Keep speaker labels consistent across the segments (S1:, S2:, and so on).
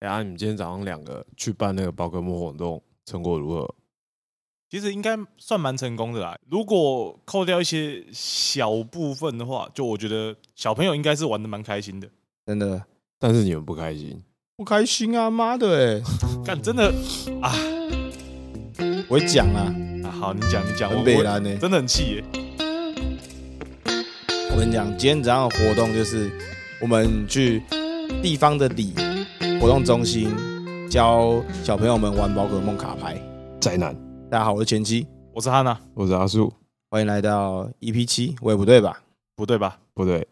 S1: 哎、啊，你们今天早上两个去办那个宝可梦活动，成果如何？
S2: 其实应该算蛮成功的啦。如果扣掉一些小部分的话，就我觉得小朋友应该是玩的蛮开心的。
S3: 真的
S1: 但是你们不开心，
S3: 不开心啊！妈的、
S2: 干，真的
S3: 欸， 我讲啊，
S2: 啊，好，你讲你讲，我
S3: 很北
S2: 我
S3: 蓝呢、欸
S2: 真的很气耶、
S3: 我跟你讲，今天早上的活动就是我们去地方的里活动中心教小朋友们玩宝可梦卡牌。
S1: 宅男。
S3: 大家好，我是前妻，
S2: 我是哈娜，
S1: 我是阿树，
S3: 欢迎来到 EP 七，我也不对吧？
S2: 不对吧？
S1: 不对，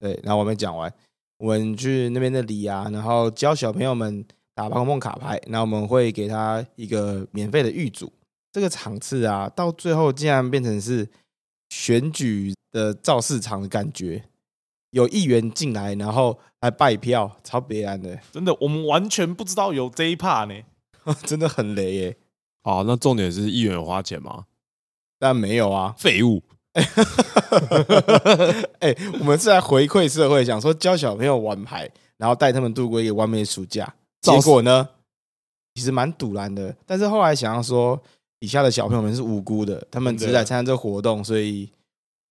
S3: 对，然后我还没讲完，我们去那边的里啊，然后教小朋友们打宝可梦卡牌，然后我们会给他一个免费的预组。这个场次啊，到最后竟然变成是选举的造势场的感觉，有议员进来，然后还拜票，超别安的，
S2: 真的，我们完全不知道有这一 part 呢。
S3: 真的很雷耶。
S1: 啊，那重点是议员有花钱吗？
S3: 但没有啊，
S1: 废物，
S3: 哎、我们是来回馈社会，想说教小朋友玩牌，然后带他们度过一个完美的暑假。
S1: 造
S3: 结
S1: 势
S3: 果呢，其实蛮堵然的。但是后来想要说，底下的小朋友们是无辜的，啊他们只是来参加这活动，所以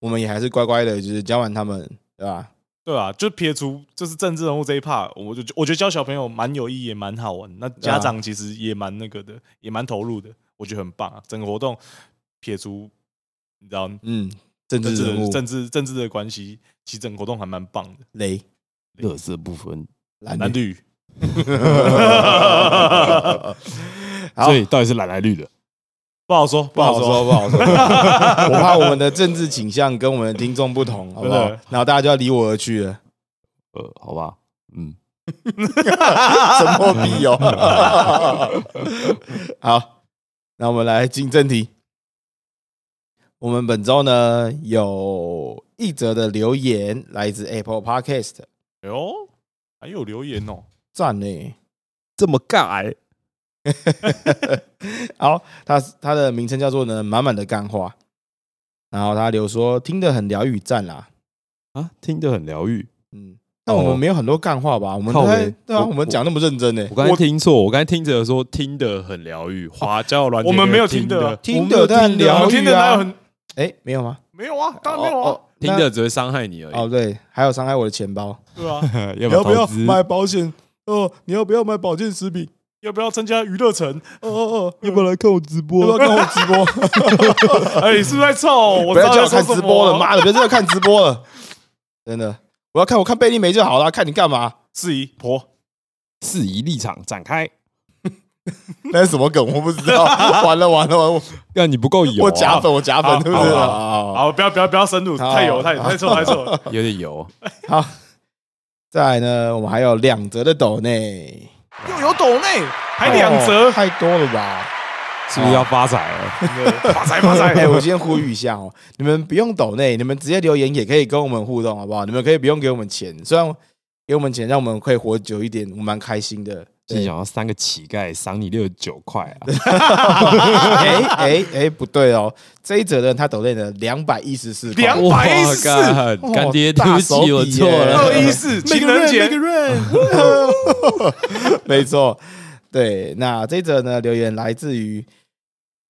S3: 我们也还是乖乖的，就是教完他们，对吧？
S2: 对啊，就撇除就是政治人物这一 part，我就我觉得教小朋友蛮有意义，也蛮好玩。那
S1: 啊
S2: 家长其实也蛮那个的，也蛮投入的，我觉得很棒啊。整个活动撇除你知道
S3: 嗯，政
S2: 政
S3: 治
S2: 治
S3: 人物
S2: 的政治政治的关系，其实整个活动还蛮棒的。
S3: 雷
S4: 乐色不分，
S3: 蓝
S2: 蓝绿，
S3: 好
S1: 所以到底是蓝来绿的？
S2: 不好说，
S3: 不
S2: 不
S3: 好
S2: 好
S3: 说，
S2: 说，
S3: 不好说。 我怕我们的政治倾向跟我们的听众不同，好不好
S2: 真的？
S3: 然后大家就要离我而去了。
S4: 呃，好吧，嗯，
S3: 什么逼哦！好，那我们来进正题。我们本周呢有一则的留言来自 Apple Podcast，
S2: 哎呦，还有留言哦，
S3: 赞呢。
S4: 这么尬癌，
S3: 好，它它的名称叫做呢满满的干话，然后他留说听得很疗愈，赞啦。
S4: 啊，听得很疗愈。
S3: 嗯，但我们
S4: 哦
S3: 没有很多干话吧？我们
S4: 靠
S3: 都在
S4: 北
S3: 对啊，
S4: 我
S3: 我们讲那么认真呢
S4: 我。刚才听错，我刚才听着说听得很疗愈，花椒软
S2: 我们没有听的
S4: 的
S2: 啊，
S3: 听
S4: 我
S3: 得
S4: 没有
S3: 当然
S2: 我
S3: 疗
S2: 们
S3: 愈
S2: 听的哪有
S3: 啊。
S2: 很
S3: 哎，没有吗？
S2: 没有啊？当然没有啊，，
S3: 哦那
S4: 听的只会伤害你而已。
S3: 哦，对，还有伤害我的钱包。
S2: 对啊，
S4: 啊要不要投资？
S3: 保险？哦，你要不要买保健食品？
S2: 要不要参加娱乐 城？
S3: 哦哦哦，
S4: 要不要来看我直播？
S3: 跟我直播？
S2: 哎，你是不是在臭？我
S3: 不
S2: 知
S3: 要
S2: 道
S3: 叫 我
S2: 在
S3: 看
S2: 说什么
S3: 直播了，妈的，不要叫我看直播了，真的，我要看我看贝利梅就好了，看你干嘛？
S2: 质疑婆，
S4: 四仪立场展开，
S3: 那是什么梗？我不知道，完了完了完了，
S4: 那你不够油啊，
S3: 我假粉，我假粉，
S2: 好
S3: 对不对？
S2: 好
S3: 好，
S2: 好，不要不要不要深入，
S3: 好
S2: 太油太太臭太臭 了。
S4: 有点油。
S3: 好，再来呢，我们还有两折的斗内，
S2: 又有抖内，还两折
S3: 哦， 太多了吧？
S4: 是不是要发财了？
S2: 发财发财
S3: 哎，！我先呼吁一下哦，你们不用抖内，你们直接留言也可以跟我们互动，好不好？你们可以不用给我们钱，虽然给我们钱，让我们可以活久一点，我蛮开心 的。
S4: 心想要三个乞丐赏你六十九块啊！
S3: 哎哎哎，不对哦，这一则呢，他抖内了两百一十四块，
S2: 200
S4: 哇
S2: 114
S4: 干干爹，对
S3: 大
S4: 不
S3: 手笔
S4: 起，我
S3: 耶
S4: 错
S2: 二
S4: 了。
S2: 一四情人节，
S3: 没错，对。那这一则呢，留言来自于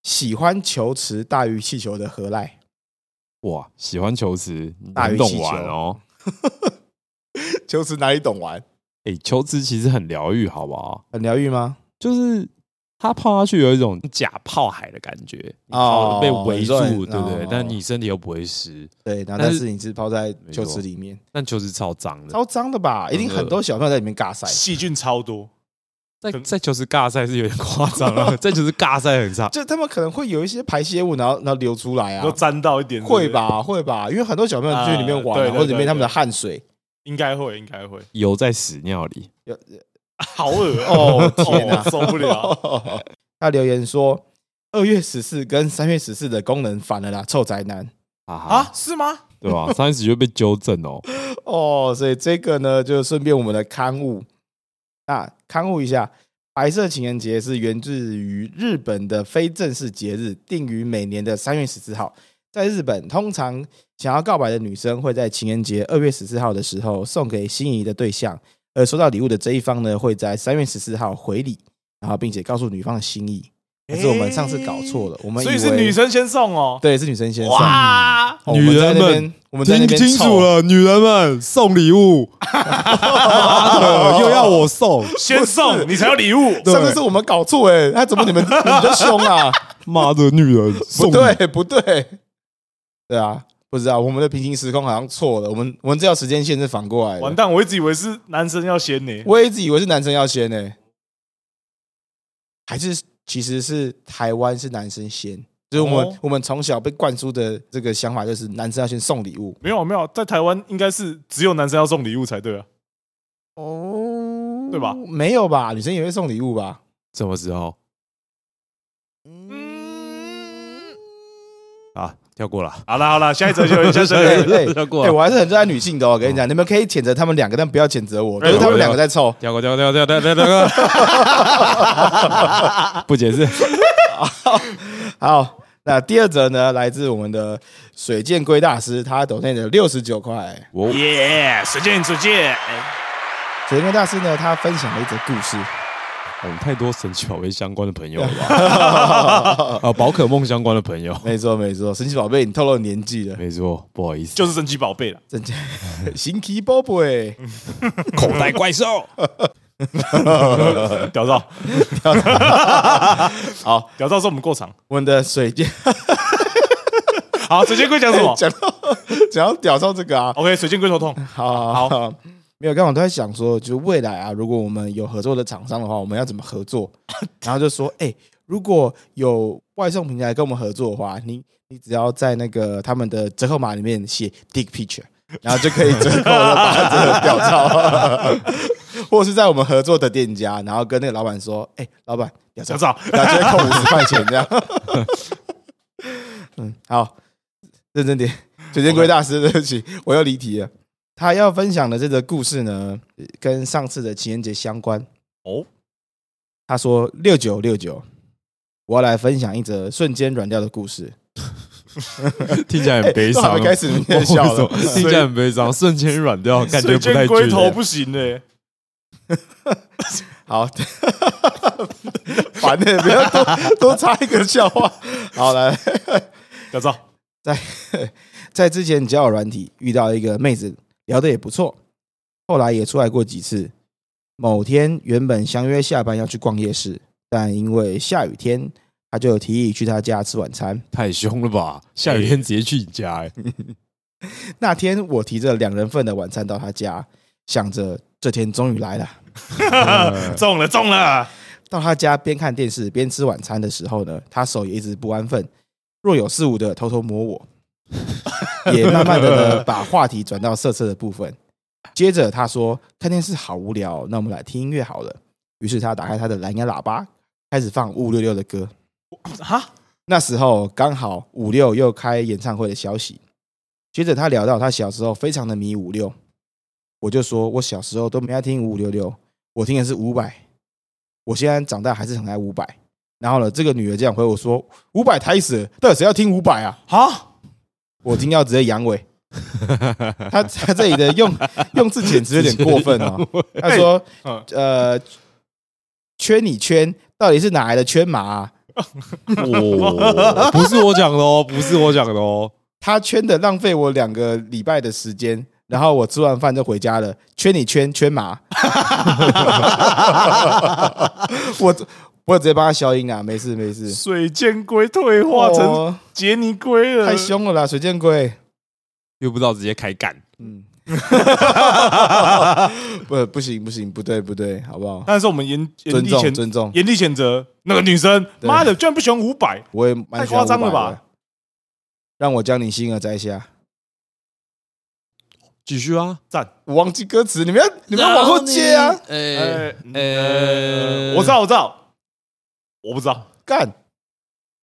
S3: 喜欢球池大于气球的何赖，
S4: 哇，喜欢球池，你
S3: 大于
S4: 很
S3: 气
S4: 懂
S3: 球
S4: 玩哦。
S3: 球池哪里懂玩？
S4: 哎，球池其实很疗愈，好不好？
S3: 很疗愈吗？
S4: 就是它泡下去有一种假泡海的感觉，你泡
S3: 哦
S4: 被围住，
S3: 你说
S4: 对不对
S3: 哦？
S4: 但你身体又不会湿，
S3: 对，然后
S4: 但
S3: 但
S4: 是
S3: 是你是泡在球池里面，
S4: 但球是超脏的。
S3: 超脏的吧？
S2: 嗯
S3: 一定很多小朋友在里面尬塞。
S2: 细菌超多，
S4: 在在球池尬赛是有点夸张 了，在球池尬赛很差。
S3: 就他们可能会有一些排泄物，然后然后流出来啊
S2: 都，沾到一点，
S3: 会？吧，会吧，因为很多小朋友去里面玩、
S2: 啊对对
S3: 啊，或者里面
S2: 对
S3: 他们的汗水，
S2: 应该会，应该会。
S4: 油在屎尿里，
S2: 好恶
S3: 哦天哪
S2: 哦受不了！
S3: 他留言说，二月十四跟三月十四的功能反了啦，臭宅男
S4: 哈
S2: 啊
S4: 哈，，
S2: 是吗？
S4: 对吧？三十就被纠正哦，
S3: 哦，所以这个呢，就顺便我们的刊物，那刊物一下，白色情人节是源自于日本的非正式节日，定于每年的三月十四号。在日本，通常想要告白的女生会在情人节二月十四号的时候送给心仪的对象，而收到礼物的这一方呢，会在三月十四号回礼，然后并且告诉女方的心意。可是我们上次搞错了，我们
S2: 所以
S3: 以
S2: 是
S3: 为
S2: 女，生先送哦。
S3: 对，是女生先送。
S2: 哇，
S3: 哦我们在那边
S1: 女人们，
S3: 我们在那
S1: 听
S3: 边
S1: 清楚了，女人们送礼物，妈 的又要我送，
S2: 先送你才有礼物。
S3: 凑。上次是我们搞错哎、那怎么你们你们就凶啊？
S1: 妈的女人
S3: 不
S1: 送礼
S3: 对，不对，对啊，不知道我们的平行时空好像错了，我们我们这条时间线是反过来
S2: 完
S3: 的。
S2: 蛋，我一直以为是男生要先呢。
S3: 我一直以为是男生要先呢、还是其实是台湾是男生先？就是我们、
S2: 哦
S3: 我们从小被灌输的这个想法，就是男生要先送礼物。
S2: 没有没有，在台湾应该是只有男生要送礼物才对啊。
S3: 哦，
S2: 对吧？
S3: 没有吧？女生也会送礼物吧？
S1: 什么时候
S2: 嗯，
S1: 啊？跳过了，
S2: 好了好了，下一则新闻，下一则新
S3: 对
S2: 闻。
S3: 对，
S4: 跳
S3: 哎、
S4: 过了，
S3: 我还是很热爱女性的、哦。我跟你讲，你们可以谴责他们两个，但不要谴责我，
S2: 哎
S3: 就是他们
S2: 我
S3: 两个在凑。
S4: 跳过，跳过，跳过，跳过，跳过 跳过，不解释，
S1: 哦
S3: 好，那第二则呢，来自我们的水箭龟大师，他抖内的六十九块。
S1: 我
S2: 耶，水见水见。哎
S3: 水箭龟大师呢，他分享了一则故事，
S1: 我们太多神奇宝贝相关的朋友了吧？ 啊，宝可梦相关的朋友，
S3: 没错没错，神奇宝贝，你透露年纪了，
S1: 没错，不好意思，
S2: 就是神奇宝贝了，
S3: 真的，神奇宝贝，
S1: 口袋怪兽。
S2: 屌照，
S3: 好，
S2: 屌照说我们过场。
S3: 我们的水箭
S2: 好，水箭哎龟讲 什么
S3: 讲到讲到屌照这个啊，
S2: ？OK，水箭龟头 痛。
S3: 好好好，没有，刚刚我都在想说，就是未来啊，如果我们有合作的厂商的话，我们要怎么合作？然后就说，哎、如果有外送平台跟我们合作的话，你你只要在那个他们的折扣码里面写 “dick picture”，然后就可以折扣了把这个吊照，或是在我们合作的店家，然后跟那个老板说，哎、老板，吊照
S2: 屌，照，
S3: 然后就会扣五十块钱这样。嗯，好，认真点，水箭龟大师，对不起，我又离题了。他要分享的这个故事呢，跟上次的情人节相关
S2: 哦。
S3: 他说六九六九，我要来分享一则瞬间软掉的故事。哎
S1: 听起来很 悲
S3: 都还
S1: 伤。
S3: 没开始你就笑了
S1: 我为什么听起来很悲伤，瞬间软掉，感觉
S2: 水
S1: 不太
S2: 箭
S1: 对
S2: 龟。头不行欸嘞。
S3: 好， 烦欸的、不要多多插一个笑话。好，来，
S2: 屌照，
S3: 在之前交友软体遇到一个妹子，聊得也不错，后来也出来过几次。某天原本相约下班要去逛夜市，但因为下雨天，他就提议去她家吃晚餐。
S1: 太凶了吧！下雨天直接去你家、
S3: 哎
S1: 欸，
S3: 那天我提着两人份的晚餐到她家，想着这天终于来了。
S1: 嗯
S2: 中了中了。
S3: 到她家边看电视边吃晚餐的时候呢，她手也一直不安分，若有似无的偷偷摸我， 也慢慢的呢把话题转到色色的部分。接着她说看电视好无聊哦、那我们来听音乐好了。于是她打开她的蓝牙喇叭，开始放五五六六的歌。啊
S2: 哈，
S3: 那时候刚好五六又开演唱会的消息。接着他聊到他小时候非常的迷五六，我就说我小时候都没爱听五六六，我听的是五百。我现在长大还是很爱五百。然后呢，这个女的这样回我说：“五百太死了，到底谁要听五百啊
S2: 哈，？”
S3: 我听到直接阳痿。他他这里的用用字简直有点过分哦。他说
S2: 嗯：“
S3: 呃，圈你圈到底是哪来的圈码、啊？”
S1: 哦，不是我讲的哦，不是我讲的哦，
S3: 他圈的浪费我两个礼拜的时间，然后我吃完饭就回家了。圈你圈圈 麻，我我直接帮他消音啊，没事没事。
S2: 水箭龟退化成
S3: 哦
S2: 杰尼龟了，
S3: 太凶了啦，水箭龟。
S4: 又不知道直接开干，
S3: 嗯， 不不行不行，不对不对，好不好？
S2: 但是我们严严
S3: 尊
S2: 厉
S3: 重
S2: 谴
S3: 尊重，
S2: 严厉谴责那个女生，
S3: 对
S2: 妈的，居然不喜欢五百，
S3: 我也蛮
S2: 太
S3: 喜
S2: 夸
S3: 欢
S2: 张了
S3: 500的
S2: 吧？
S3: 让我将你心儿摘下。
S1: 继续啊，
S2: 赞！
S3: 我忘记歌词，你们要你们要往后接啊！
S4: 哎
S2: 呃
S4: 呃
S2: 我知道，我知道，我不知道，
S3: 干，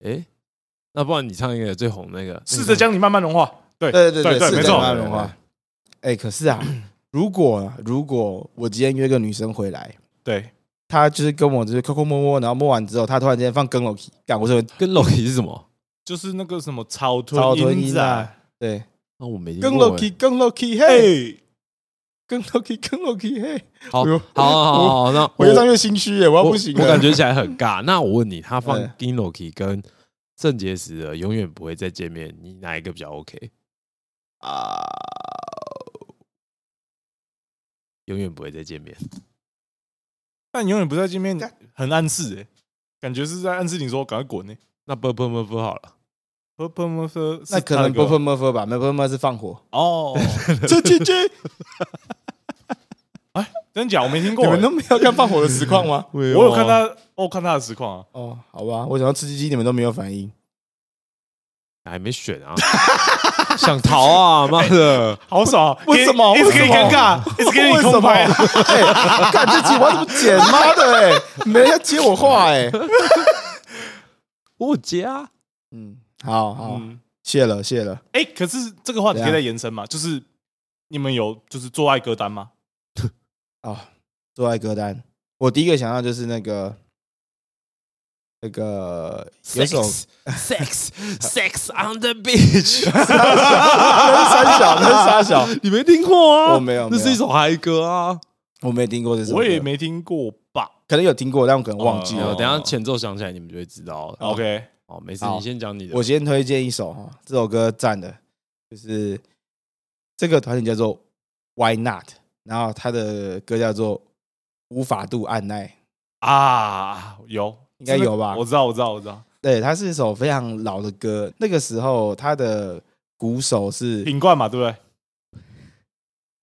S1: 哎，那不然你唱一个最红那个，
S2: 试着将你慢慢融化。对
S3: 对对
S2: 对
S3: 对，
S2: 没
S3: 是
S2: 错
S3: 讲，骂人话。哎，可 是啊，如果如果我今天约个女生回来，
S2: 对，
S3: 她就是跟我就是抠抠摸摸，然后摸完之后，她突然间放跟楼梯，干我说
S1: 跟 Loki 是什么？
S2: 就是那个什么草屯
S3: 草屯
S2: 银
S3: 银
S2: 仔
S3: 仔，对，哎
S1: 那我没听
S3: 跟
S1: 过欸
S3: Loki 跟 Loki 嘿，
S2: 嘿，
S3: 更 lucky 更 lucky 嘿，
S1: 好
S3: 哎呦，
S1: 好好好好，那
S3: 我越这样越心虚耶，我要
S1: 我
S3: 不行了，啊
S1: 我感觉起来很尬。那我问你，他放
S3: 哎
S1: Ginoki 跟圣结石的永远不会再见面，你哪一个比较 OK？
S3: 啊，
S1: 永远不会再见面，
S2: 但你永远不在见面，很暗示哎、感觉是在暗示你说赶快滚呢、欸。
S1: 那不不不不好了，
S2: p u r p l e Murphy，
S3: 那可能 purple m u r p h 吧，purple m u r p h 是放火，
S2: 哦，
S3: 这姐姐
S2: 真假我没听过
S3: 你
S2: 欸、
S3: 们都没有看放火的实况 吗？
S1: 我
S2: 我有看他，我有看他的实况啊。
S3: 哦，好吧，我想要吃鸡鸡，你们都没有反应，
S1: 还没选 啊，想逃啊，妈的！
S2: 好爽、啊！
S3: 为什么
S2: 一直给
S3: 为
S2: 你
S3: 什么
S2: 尴尬，一直给你
S3: 为什
S2: 空
S3: 么？
S2: 拍啊
S3: 哎，，看这集我要怎么剪？妈的，哎，没人要接我话，哎，
S1: 我有接啊，
S3: 嗯，好好，
S2: 嗯，
S3: 谢了谢了，
S2: 哎、可是这个话题可以
S3: 怎
S2: 再
S3: 样
S2: 延伸嘛？就是你们有就是做爱歌单吗？
S3: 哦，做爱歌单，我第一个想到就是那个。那个有一首
S1: sex sex on the beach，
S3: 那是三小，那是三小，
S1: 你没听过啊？
S3: 我没有没
S1: 这
S3: 有
S1: 是一首嗨歌啊。
S3: 我没听过这首歌，
S2: 我也没听过吧。
S3: 可能有听过，但我可能忘记
S2: 哦
S1: 有，
S3: 了。
S1: 等一下前奏响起来，你们就会知道了。
S2: OK，
S1: 哦，没事，
S3: 好
S1: 你先讲你的。
S3: 我先推荐一首哈，这首歌赞的，就是这个团体叫做 Why Not，然后他的歌叫做《无法度按耐》，
S2: 啊，有，
S3: 应该有吧
S2: 我知道，我知道，我知道，
S3: 对，它是一首非常老的歌。那个时候他的鼓手是
S2: 品冠嘛，对不对？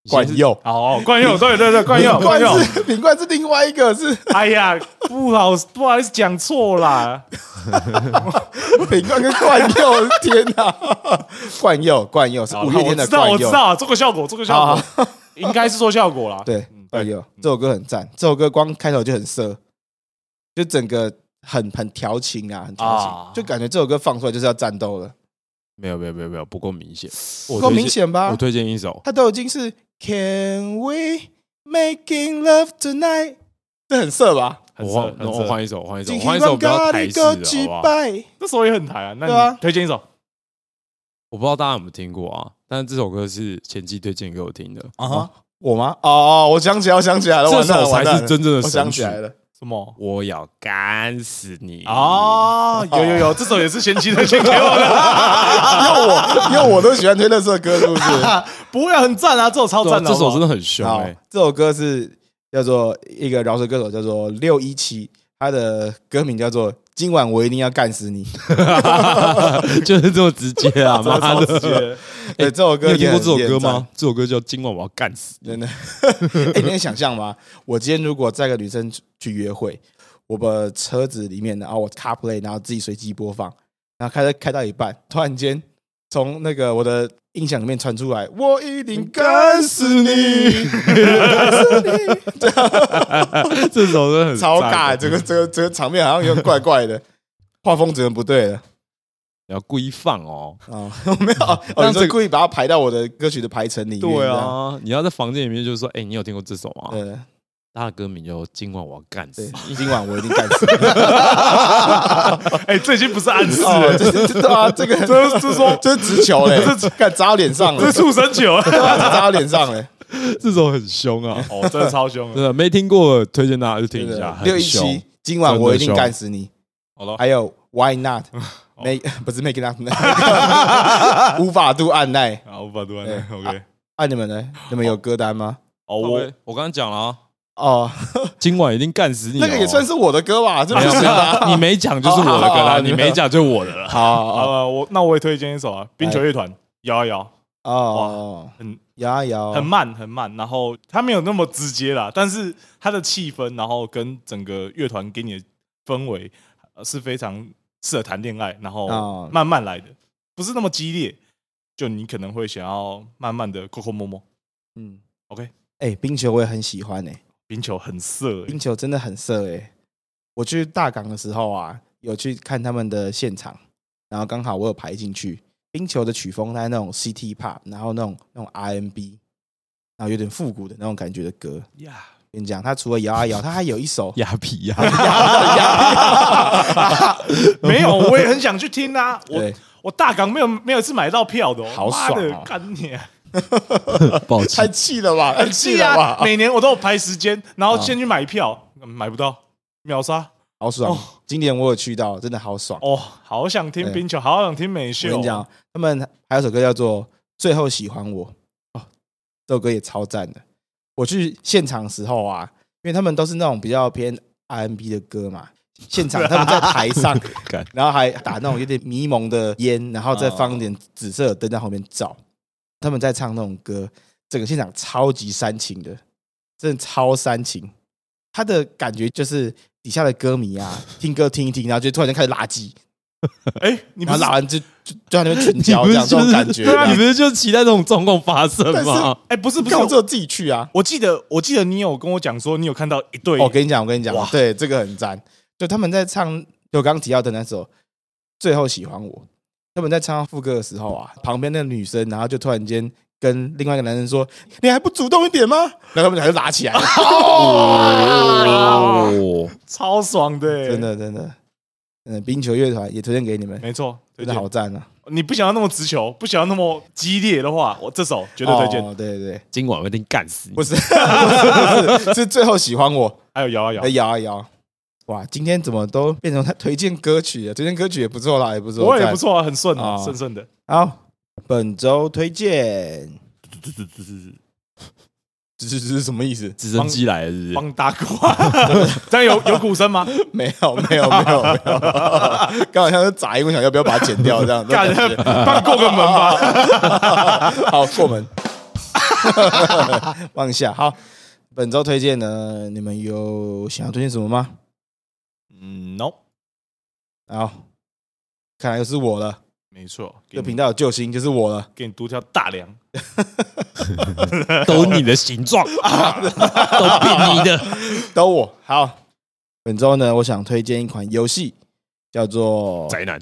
S1: 你先
S3: 冠
S1: 是
S3: 佑，
S2: 哦，冠 佑，对对对，冠佑，
S3: 品
S2: 冠佑
S3: 冠，是品冠是另外一个是
S2: 哎呀，不好，不好意思，讲错啦。
S3: 品冠跟冠佑， 天哪，冠佑冠佑是
S2: 好
S3: 五月天的
S2: 我知道，
S3: 冠
S2: 哦我知
S3: 佑，
S2: 道，做个效果，做个效
S3: 好
S2: 果，应该是做效果啦。
S3: 对
S2: 嗯，
S3: 哎呦，这首歌很赞，这首歌光开头就很色，就整个很很调情啊，很调情，
S2: 啊
S3: 就感觉这首歌放出来就是要战斗了，
S1: 没有没有没有没有不够明显，
S3: 不
S1: 不
S3: 够明。显吧
S1: 我？推荐一首，
S3: 他都已经是 Can we making love tonight？这很色吧？
S2: 很
S1: 我
S2: 色
S1: 换
S2: 很
S1: 我
S2: 色
S1: 换一首，换一首，
S3: 今
S1: 我
S3: 天
S1: 换一首比较
S3: 晚
S1: 台式
S3: 咖
S1: 的
S3: 喱够几，
S1: 好不好？
S3: 拜
S2: 那时候也很台啊。那
S3: 对啊
S2: 你推荐一首
S1: 我不知道大家有没有听过啊，但是这首歌是前期推荐给我听的，
S2: 啊
S3: 哈我吗？哦哦，我想起来，我想起来了，
S1: 这
S3: 完蛋
S1: 首
S3: 了，
S1: 才
S3: 完蛋
S1: 是
S3: 了
S1: 真正的
S3: 我
S1: 神
S3: 想起
S1: 曲。
S3: 来了，
S2: 什么？
S1: 我要干死你！
S2: 哦，有有有，这首也是前期推荐给我 的，
S3: 啊因为我因 为我都喜欢推乐色歌，是不 是？
S2: 不会啊很赞啊，这首超
S1: 对啊
S2: 赞的，
S1: 这首真的
S2: 的
S1: 很凶
S3: 好，
S1: 哎，
S3: 这首歌是叫做一个饶舌歌手叫做六一七，他的歌名叫做《今晚我一定要干死你》。
S1: 就是这么直接 啊！妈
S2: 超直接
S1: 的，
S2: 的。
S3: 对，这首
S1: 你
S3: 歌
S1: 有听
S3: 也
S1: 过
S3: 很
S1: 这首歌吗？？这首歌叫《今晚我要干死你
S3: 也》，很赞真的，哎，你能想象吗？我今天如果载个女生去去约会，我把车子里面，然后我 CarPlay，然后自己随机播放，然后开到开到一半，突然间从那个我的音响里面传出来，我一定干死 你，干死 你。
S1: 这首歌很
S3: 超
S1: 赞
S3: 尬，这个这个这个场面好像有点怪怪的，画风整个不对了
S1: 你要故意放哦。
S3: 啊！我没有，哦，
S1: 但
S3: 你
S1: 这
S3: 是
S1: 个
S3: 故意把它排到我的歌曲的排程里面？
S1: 对啊，你要在房间里面就是说，哎，你有听过这首吗？
S3: 这样，呃，
S1: 他的歌名叫《今晚我要干死
S3: 对
S1: 你》，
S3: 今晚我一定干死你！
S2: 哎，这已经不是暗示
S3: 哦，
S2: 了，
S3: 这这对啊，这个
S2: 这这说
S3: 这是直球 嘞，敢砸我脸上
S2: 这
S3: 了
S2: 是， 畜生球
S3: 对啊砸我脸上 了，
S1: 这首很凶 啊，
S2: 哦，真的超凶
S1: 真。的没听过，推荐大家去听一下，
S3: 六
S1: 很
S3: 一
S1: 凶
S3: 七。，今晚我一定干死你！
S2: 好哦了，
S3: 还有 Why not？没不是 make it up，那个无法度按耐。
S2: 好，我把读完
S3: 对
S2: 了。OK，
S3: 按你们呢？你们有歌单吗？
S2: 哦，
S1: 我
S2: 我
S1: 我刚刚讲了啊，
S3: 哦，
S1: 今晚一定干死
S2: 啊
S1: 你哦。
S3: 那个也算是我的歌吧？这不
S1: 没有
S3: 是
S1: 没
S3: 吧？
S1: 有，你没讲就是我的歌
S3: 哦好好
S1: 啦，
S3: 好
S1: 你没讲就是我的 了。
S3: 好好，好
S2: 啊，我那我也推荐一首啊，冰球乐团《摇啊摇
S3: 哦，
S2: 很
S3: 摇啊摇，》，
S2: 很慢很慢，然后它没有那么直接啦，但是它的气氛，然后跟整个乐团给你的氛围呃是非常适合谈恋爱，然后
S3: 哦
S2: 慢慢来的，不是那么激烈，就你可能会想要慢慢的抠抠摸摸。
S3: 嗯
S2: OK
S3: 哎，冰球我也很喜欢哎、
S2: 冰球很色、欸
S3: 冰，球真的很色哎、我去大港的时候啊，有去看他们的现场，然后刚好我有排进去。冰球的曲风它是那种 CT pop，然后那种那种 RMB，然后有点复古的那种感觉的歌。
S2: 呀，
S3: 跟你讲，他除了摇啊摇，他还有一首
S1: 雅痞呀，
S3: 哎
S2: 没有，我也很想去听啊，我
S3: 对
S2: 我大港没有没有是买到票的、哦，
S3: 好爽啊
S2: 妈的干你、啊！
S1: 抱
S3: 太
S1: 歉，
S3: 气了吧，太气
S2: 是
S3: 了
S2: 啊，
S3: 吧，哦
S2: 每年我都有排时间，然后
S3: 啊
S2: 先去买票，嗯买不到，秒杀
S3: 好爽
S2: 哦！
S3: 今年我有去到，真的好爽。
S2: 哦！好想听
S3: 对
S2: 冰球，好想听美
S3: 哎我
S2: 秀。
S3: 跟你讲，他们还有首歌叫做《最后喜欢我》哦，这首歌也超赞的。我去现场时候啊，因为他们都是那种比较偏 RMB 的歌嘛，现场他们在台上
S1: 干，
S3: 然后还打那种有点迷蒙的烟，然后再放一点紫色的灯在后面照，他们在唱那种歌，整个现场超级煽情的，真的超煽情。他的感觉就是底下的歌迷啊，听歌听一听，然后就突然间开始拉鸡，
S2: 哎，你不
S3: 然
S2: 是
S3: 后拉完就就就在那边群
S1: 你
S3: 交
S1: 不
S3: 这
S1: 是
S3: 样
S1: 就
S3: 这种
S1: 是啊
S3: 感觉。
S2: 啊
S1: 你不是就期待这种状况发生吗？
S2: 哎，不是
S3: 不
S2: 不是
S3: 是，我只有自己去啊！
S2: 我记得我记得你有跟我讲说，你有看到一对
S3: 哦我跟你讲，我跟你讲
S2: 哇，
S3: 对，这个很赞。就他们在唱，就我刚提到的那首《最后喜欢我》，他们在唱副歌的时候啊，旁边那个女生，然后就突然间跟另外一个男生说：“你还不主动一点吗？”然后他们俩就拉起来了，
S2: 啊
S1: 哦，
S2: 超爽的，
S3: 真，的真的，嗯，冰球乐团也推荐给你们，
S2: 没错，推
S3: 真的
S2: 荐
S3: 好。赞啊！
S2: 你不想要那么直球，不想要那么激烈的话，我这首绝对推荐。
S3: 哦对对对，
S1: 今晚我一定干死你
S3: 不！是不 是不是，是最后喜欢我。
S2: 还有摇啊摇
S3: 哎，摇啊摇！哇，今天怎么都变成他推荐歌曲了？推荐歌曲也不错啦，也不错，
S2: 我也
S3: 赞
S2: 不。错啊，很顺啊，
S3: 哦
S2: 顺顺的。
S3: 好，本周推荐，这是这是什么意思？
S1: 直升机来了，是不是？
S2: 帮打鼓，啊 这样有有鼓声吗？
S3: 没 有，没有，没有，没有。刚好像是杂音，我想要不要把它剪掉？这样，这
S2: 干
S3: 种感觉，
S2: 帮过个门吧。
S3: 好，过门，放下。好，本周推荐呢，你们有想要推荐什么吗？
S2: 嗯，no，
S3: 好，看来又是我了。
S2: 没错，
S3: 这
S2: 给
S3: 频
S2: 你
S3: 道有救星，就是我了。
S2: 给你读条大梁。
S1: 都你的形状，都比你的。
S3: 都我好。本周呢，我想推荐一款游戏，叫做
S1: 宅男，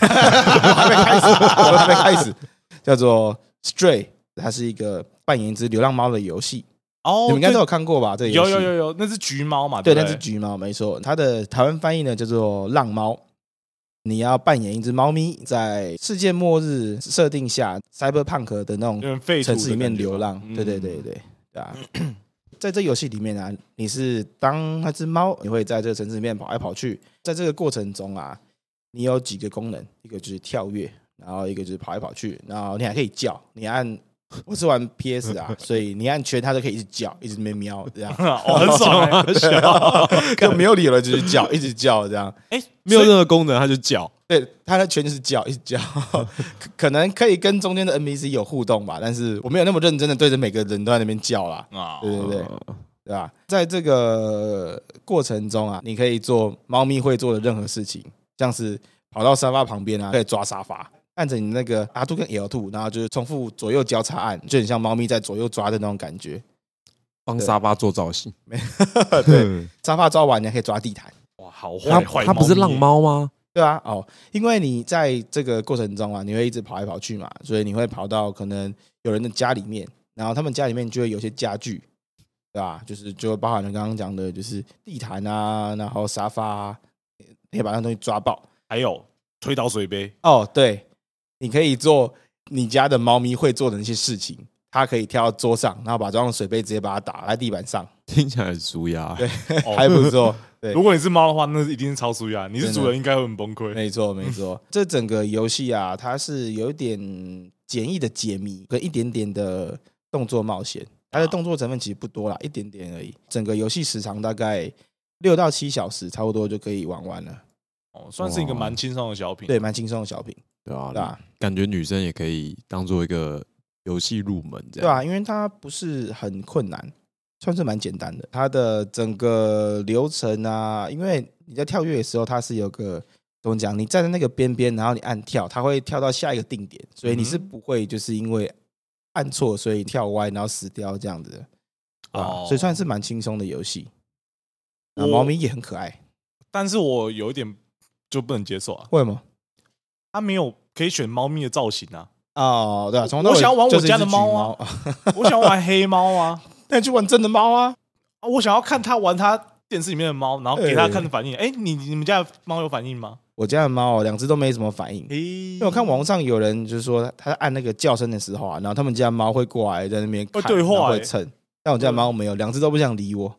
S3: 我还没开始， 我还没开始，叫做 Stray，它是一个扮演一只流浪猫的游戏，
S2: 哦
S3: 你们应该都有看过吧？这个
S2: 有
S3: 游戏
S2: 有有有，那是橘猫嘛？
S3: 对，
S2: 不
S3: 那只橘猫没错，它的台湾翻译呢叫做浪猫。你要扮演一只猫咪，在世界末日设定下，cyberpunk 的那种
S2: 有点废土的
S3: 城市里面流浪
S2: 感觉。吧嗯
S3: 对对对，对对啊！在这游戏里面啊，你是当那只猫，你会在这个城市里面跑来跑去。在这个过程中啊，你有几个功能，一个就是跳跃，然后一个就是跑来跑去，然后你还可以叫。你按我是玩 PS 啊，所以你按圈它就可以一直叫，一直喵喵这样，
S2: 嗯 哦，很爽欸。
S3: 就没有理由了，就是叫，一直叫这样。
S2: 哎，
S1: 没有
S2: 所以
S1: 任何功能，他就叫。
S3: 对，它的圈就是叫，一直叫， 可可能可以跟中间的 NPC 有互动吧，但是我没有那么认真的对着每个人都在那边叫啦。
S2: 啊，
S3: 对对对，对吧？在这个过程中啊，你可以做猫咪会做的任何事情，像是跑到沙发旁边啊，可以抓沙发，按着你那个 R 兔跟 L 兔，然后就是重复左右交叉按，就很像猫咪在左右抓的那种感觉。
S1: 帮沙发做造型。
S3: 对，沙发抓完，你还可以抓地毯，
S2: 哇，哦好
S1: 他
S2: 坏坏，
S1: 他不是浪，猫吗？
S3: 对啊，哦，因为你在这个过程中啊，你会一直跑来跑去嘛，所以你会跑到可能有人的家里面，然后他们家里面就会有一些家具，对吧？就是就包含了刚刚讲的，就是地毯啊，然后沙发、啊，你可以把那东西抓爆。
S2: 还有推倒水 杯，
S3: 哦，对，你可以做你家的猫咪会做的那些事情，它可以跳到桌上，然后把装的水杯直接把它打在地板上，
S1: 听起来很舒压。
S3: 对，
S2: 哦
S3: 还不错。对
S2: 如果你是猫的话，那一定是超舒压。你是
S3: 真的
S2: 主人，应该会很崩溃。
S3: 没错，没错。这整个游戏啊，它是有一点简易的解谜跟一点点的动作冒险，它的动作成分其实不多啦，一点点而已。整个游戏时长大概六到七小时，差不多就可以玩完了。
S2: 哦，算是一个蛮轻松的小品。
S3: 对，蛮轻松的小品，
S1: 对啊
S3: 对，吧？
S1: 感觉女生也可以当做一个游戏入门这
S3: 对
S1: 样。
S3: 啊，因为它不是很困难，算是蛮简单的。它的整个流程啊，因为你在跳跃的时候，它是有个怎么讲？你站在那个边边，然后你按跳，它会跳到下一个定点，所以你是
S2: 嗯
S3: 不会就是因为按错，所以跳歪然后死掉这样子的。啊
S2: 哦，
S3: 所以算是蛮轻松的游戏。啊，
S2: 我
S3: 猫咪也很可爱，
S2: 但是我有一点就不能接受啊，
S3: 为什么？
S2: 它没有可以选猫咪的造型啊。
S3: 哦，对啊，从头到尾
S2: 我想玩我
S3: 就是一
S2: 家的
S3: 只橘
S2: 猫啊
S3: 猫，
S2: 我想玩黑猫啊，
S3: 那你去玩真的猫啊！
S2: 啊我想要看它玩它电视里面的猫，然后给它
S3: 哎
S2: 看反应。哎，你你们家的猫有反应吗？
S3: 我家的猫哦两只都没什么反应。
S2: 诶
S3: 因为我看网络上有人就是说，他按那个叫声的时候啊，然后他们家猫会过来在那边看
S2: 会对话
S3: 然后会
S2: 欸
S3: 蹭。但我家猫没有，两只都不想理我，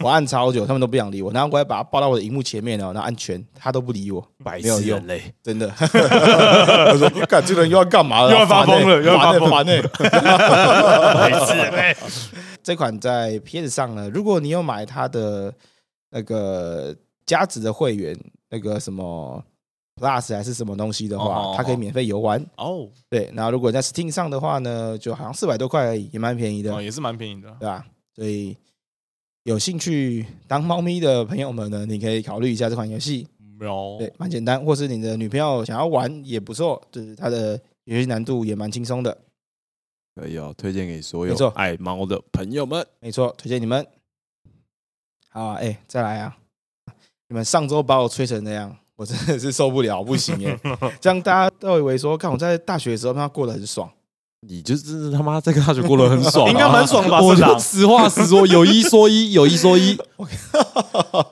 S3: 我按超久，他们都不想理我。然后我还把它抱到我的荧幕前面哦，然后按全，它都不理我，
S1: 白
S3: 没有
S1: 痴
S3: 用
S1: 人类，
S3: 真的。 我说，看这个人又要干嘛了？
S2: 又要发
S3: 烦欸
S2: 疯了又要发疯
S3: 烦欸烦欸
S2: 白痴哎，
S3: 这款在 PS 上呢，如果你有买它的那个加值的会员，那个什么 Plus 还是什么东西的
S2: 哦哦哦
S3: 话，它可以免费游玩。
S2: 哦，
S3: 对，然后如果在 Steam 上的话呢，就好像四百多块而已，也蛮便宜的，
S2: 哦也是蛮便宜的，
S3: 对吧？所以有兴趣当猫咪的朋友们呢，你可以考虑一下这款游戏，
S2: 喵，
S3: 对，蛮简单，或是你的女朋友想要玩也不错，就是它的游戏难度也蛮轻松的，
S1: 可以哦，推荐给所
S3: 没错
S1: 有爱猫的朋友们。
S3: 没错，推荐你们。好啊，哎、再来啊！你们上周把我吹成那样，我真的是受不了，不 行耶！这样大家都以为说，看我在大学的时候，他过得很爽，
S1: 你就真是他妈在大学过得很爽啊，
S2: 应该蛮爽的吧？
S1: 我
S2: 社
S1: 就
S2: 长，
S1: 实话实说，有一说一，有一说一。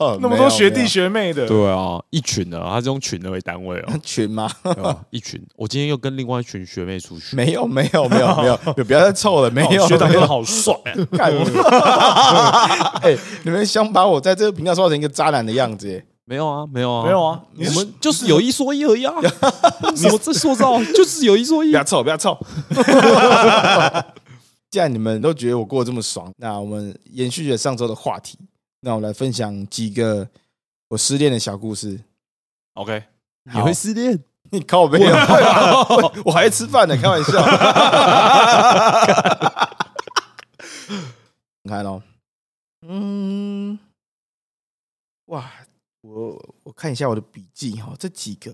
S2: 那
S3: 那，
S2: 么多学弟学妹的，
S1: 对啊，一群的，他是用群的为单位哦
S3: 群吗？
S1: 对吧一群。我今天又跟另外一群学妹 出去，
S3: 没有，没有，没有，没有，就不要再凑了，没
S2: 哦
S3: 有，啊
S2: 学长
S3: 没
S2: 真 的
S3: 有
S2: 好 帅啊，
S3: 干 我！哎，你们想把我在这个频道说成一个渣男的样子哎耶？
S1: 没有啊，没有
S3: 哦
S1: 啊，
S2: 没有。啊，
S1: 我们就是有一说一而已啊，什么这说到就是有一说一
S3: 不。要凑，不要凑！ 既然你们都觉得我过得这么爽，那我们延续着上周的话题，那我来分享几个我失恋的小故事。
S2: OK，
S1: 你会失恋？
S3: 你靠背啊？会吧我我还在吃饭呢，开玩笑。 你看哦，嗯，哇，我我看一下我的笔记哈、哦，这几个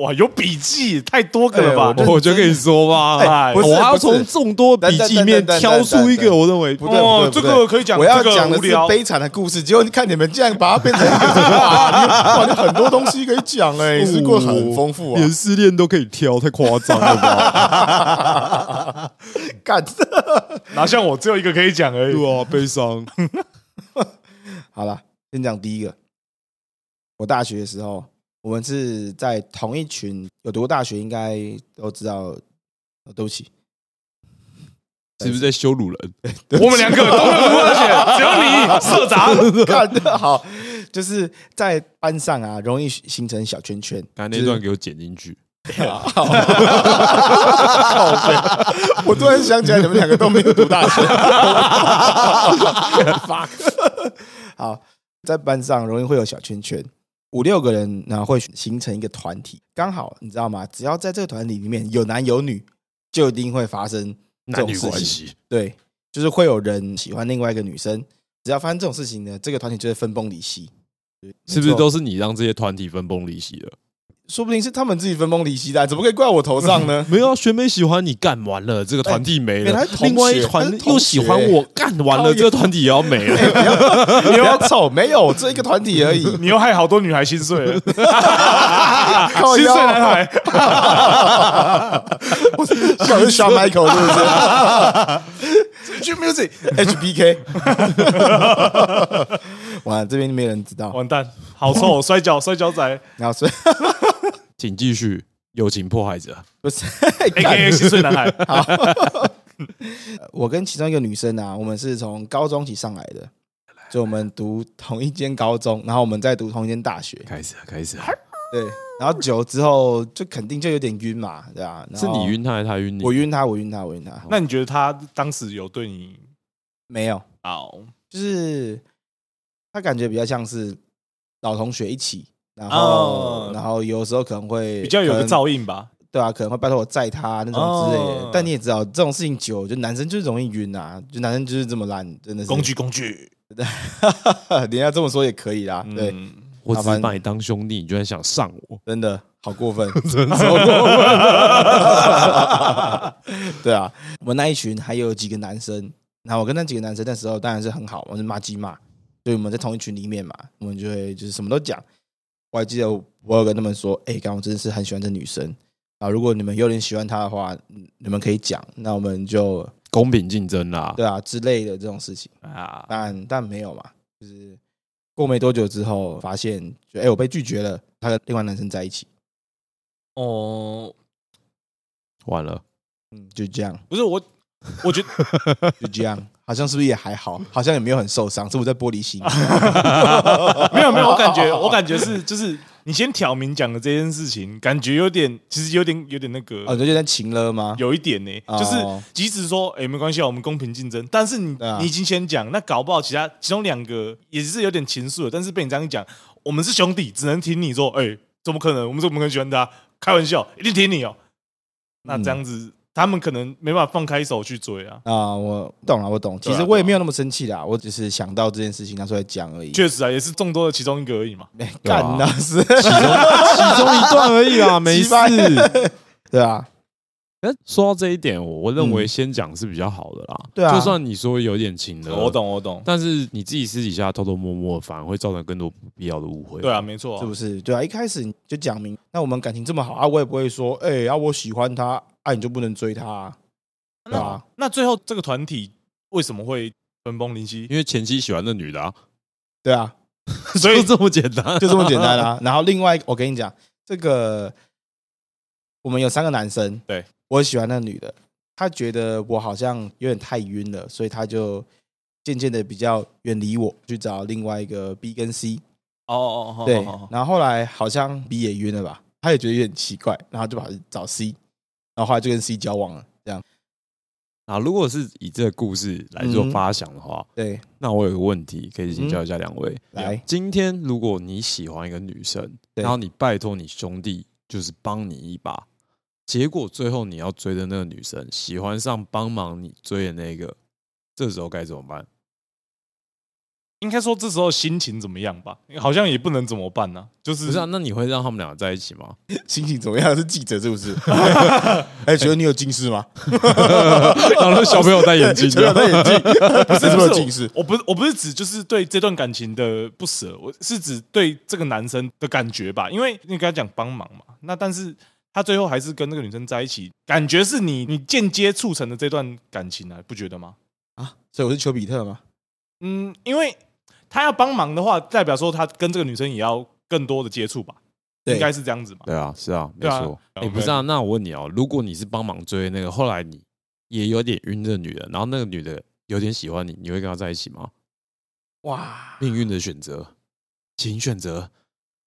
S2: 哇，有笔记，太多个了吧？
S3: 哎
S1: 我就跟你说吧，
S2: 哎
S3: 不是
S1: 我还要
S3: 不是
S1: 从众多笔记面挑出一个，我认为
S3: 不对不对，
S2: 这
S3: 不对
S2: 个可以讲，
S3: 我要
S2: 这个
S3: 讲的
S2: 无
S3: 是
S2: 聊
S3: 悲惨的故事，结果你看你们竟然把它变成一个哇，哇，你很多东西可以讲哎、你是过得很丰富啊
S1: 连。失恋都可以挑，太夸张了吧？
S3: 干，
S2: 哪像我只有一个可以讲而已。
S1: 对啊，悲伤。
S3: 好了，先讲第一个。我大学的时候，我们是在同一群，有读过大学应该都知道。哦对不起，
S1: 是不是在羞辱人？
S2: 我们两个都没有 读大学，只有你社长。
S3: 干得好，就是在班上啊，容易形成小圈圈。
S1: 刚才那段给我剪进去。
S3: 我突然想起来，你们两个都没有读大 学。Fuck！好，在班上容易会有小圈圈，五六个人，然后会形成一个团体。刚好你知道吗？只要在这个团体里面有男有女，就一定会发生这
S1: 男
S3: 种
S1: 女
S3: 事
S1: 关
S3: 情。
S1: 系，
S3: 对，就是会有人喜欢另外一个女生。只要发生这种事情呢，这个团体就会分崩离析。
S1: 是不是都是你让这些团体分崩离析的？
S3: 说不定是他们自己分崩离析的啊，怎么可以怪我头上呢？
S1: 没有啊，学妹喜欢你，干完了，这个团体没
S3: 哎没有
S1: 了
S3: 她是；同学
S1: 另外一
S3: 她是
S1: 团
S3: 同学
S1: 又喜欢我，干完
S3: 靠
S1: 了，
S3: 腰
S1: 这个团体也要没了。
S3: 你要 丑，没有，这一个团体而已。
S2: 你又害好多女孩心碎了，心
S3: 靠
S2: 碎
S3: 腰
S2: 啊
S3: 啊
S2: 男孩，
S3: 我是小是 小 Michael 是不是？去 music HBK，哇，这边没人知道。
S2: 完蛋，好 臭，摔跤摔跤仔
S3: 然后所以
S1: 请继续，友情迫害者。
S3: 不是，
S2: ，A K A 心碎男孩，
S3: 我跟其中一个女生啊，我们是从高中一起上来的，就我们读同一间高中，然后我们再读同一间大学，
S1: 开始，开始，
S3: 对。然后久之后就肯定就有点晕嘛，对吧、然
S1: 是
S3: 后
S1: 你，晕他还是他晕你？
S3: 我晕她，我晕她，我晕她，
S2: 那你觉得他当时有对你
S3: 没有，
S2: 好？
S3: 就是他感觉比较像是老同学一起，然后、
S2: 哦
S3: 然后有时候可能会
S2: 比较有
S3: 可
S2: 个
S3: 能
S2: 照应吧？
S3: 对啊，可能会拜托我载他那种之类的。
S2: 哦
S3: 但你也知道，这种事情久，就男生就是容易晕啊，就男生就是这么烂，真的是
S2: 工，具工具，
S3: 你要这么说也可以啦，对，
S2: 嗯，
S1: 我只
S3: 麻
S1: 是
S3: 烦
S1: 把你当兄弟，你居然想上我，
S3: 真的好过分，
S1: 真的超过分。
S3: 对啊，我们那一群还有几个男生，然后我跟那几个男生那时候当然是很好，我是骂鸡骂，所以我们在同一群里面嘛，我们就会就是什么都讲。我还记得我有跟他们说，哎、刚刚我真的是很喜欢这女生啊，如果你们有点喜欢她的话，嗯你们可以讲，那我们就啊
S1: 公平竞争啦，
S3: 对啊之类的这种事情，
S2: 啊，
S3: 但但没有嘛，就是过没多久之后，发现就哎、我被拒绝了，他跟另外男生在一起，
S2: 哦，
S1: 完了，
S3: 嗯，就这样，
S2: 不是 我，我觉得
S3: 就这样， 好像是不是也还好，
S1: 嗯
S3: 好像也没有很受伤，是我在玻璃心。
S1: 啊
S2: 没有没有，我感觉我感觉 是就是你先挑明讲的这件事情，感觉有点其实有点有点那个，
S3: 哦，你就有点情了吗？
S2: 有一点呢、
S3: 哦
S2: 就是即使说哎、没关系啊，我们公平竞争，但是你、
S3: 对啊
S2: 你已经先讲，那搞不好其他其中两个也是有点情愫的，但是被你这样一讲，我们是兄弟，只能挺你说，哎、怎么可能？我们怎么可能喜欢他？开玩笑，一定挺你哦、那这样子、他们可能没办法放开手去追啊。
S3: 啊、我懂了，我懂。其
S2: 对啊
S3: 实
S2: 对啊
S3: 我也没有那么生气啦，我只是想到这件事情拿出来讲而已。
S2: 确实啊，也是众多的其中一个而已嘛。
S3: 哎干那 是
S1: 其中一段而已 啊，没
S3: 鸡
S1: 事。
S3: 掰 对啊，
S1: 那说到这一点，我我认为
S3: 嗯
S1: 先讲是比较好的啦。
S3: 对啊
S1: 就算你说有点情的，
S2: 我。懂，我懂。
S1: 但是你自己私底下偷偷摸摸，反而会造成更多不必要的误会。
S2: 对啊，没错、
S3: 是
S2: 啊
S3: 不。是？对啊，一开始你就讲明，那我们感情这么好啊，我也不会说，哎、啊，我喜欢他，啊，你就不能追他、啊，对啊，
S2: 那最后这个团体为什么会分崩离 析？
S1: 因为前妻喜欢那女的啊，
S3: 对啊，
S2: 所以
S1: 就这么简单。
S3: 就这么简单啦、然后另外，我跟你讲，这个我们有三个男生，
S2: 对
S3: 我喜欢那女的，她觉得我好像有点太晕了，所以她就渐渐的比较远离我，去找另外一个 B 跟 C。
S2: 哦哦哦，
S3: 对
S2: 好好好，
S3: 然后后来好像 B 也晕了吧，他也觉得有点奇怪，然后就跑去找 C，然后后来就跟 C 交往了，这样
S1: 啊，如果是以这个故事来做
S3: 嗯
S1: 发想的话，
S3: 对，
S1: 那我有个问题可以请教一下两位。
S3: 来，
S1: 今天如果你喜欢一个女生，
S3: 哎对
S1: 然后你拜托你兄弟就是帮你一把，结果最后你要追的那个女生喜欢上帮忙你追的那个，这时候该怎么办？
S2: 应该说这时候心情怎么样吧？好像也不能怎么办呢、就是
S1: 不是啊，
S3: 嗯
S1: 那你会让他们两个在一起 吗？
S3: 心情怎么样？是记者是 不是？哎，觉得你有近视吗？
S1: 然后小朋友戴眼 镜，
S3: 觉得戴眼 镜，不
S2: 不
S3: 是什么
S2: 我
S3: 近视，
S2: 我不是我不是指就是对这段感情的不舍，我是指对这个男生的感觉吧。因为你跟他讲帮忙嘛，那但是他最后还是跟那个女生在一起，感觉是你
S3: 嗯
S2: 你间接促成的这段感情啊，不觉得吗？
S3: 啊，所以我是丘比特嘛，
S2: 嗯，因为他要帮忙的话，代表说他跟这个女生也要更多的接触吧，
S3: 对
S2: 应该是这样子嘛。
S1: 对啊，是啊，没
S2: 对啊
S1: 错。
S2: 对
S1: 哎，不是啊，那我问你哦，如果你是帮忙追那个，后来你也有点晕这个女的，然后那个女的有点喜欢你，你会跟她在一起吗？
S3: 哇，
S1: 命运的选择，请选择。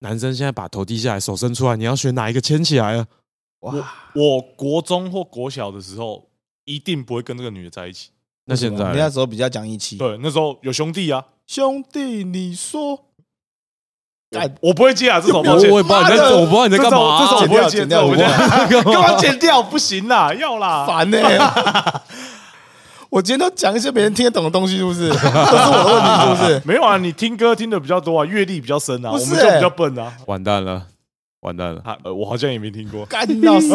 S1: 男生现在把头低下来，手伸出来，你要选哪一个牵起来啊？
S3: 哇，
S2: 我国中或国小的时候，一定不会跟这个女的在一起。
S1: 那现在
S3: 你那时候比较讲义气，
S2: 对，那时候有兄弟啊，
S3: 兄弟，你说干
S2: 我不会接啊，这种
S1: 我
S2: 抱歉
S1: 我也不知道你
S3: 妈
S1: 在，
S3: 的
S1: 我不知道你在干嘛
S2: 这种
S1: 啊、
S2: 我
S3: 剪
S2: 不会
S3: 掉，
S2: 接
S3: 剪掉，
S2: 这我
S3: 我
S2: 不会
S1: 干嘛
S2: 干嘛剪掉？不行啦，要啦。
S3: 烦呢、欸 我今天都讲一些别人听得懂的东西，是不是？都是我的问题，是不 是？
S2: 没有啊，你听歌听的比较多啊，阅历比较深啊，
S3: 不
S2: 我
S3: 是
S2: 们就
S3: 欸。
S2: 比较笨啊。
S1: 完蛋了，完蛋了！
S2: 啊，呃我好像也没听过
S3: 干欸老师，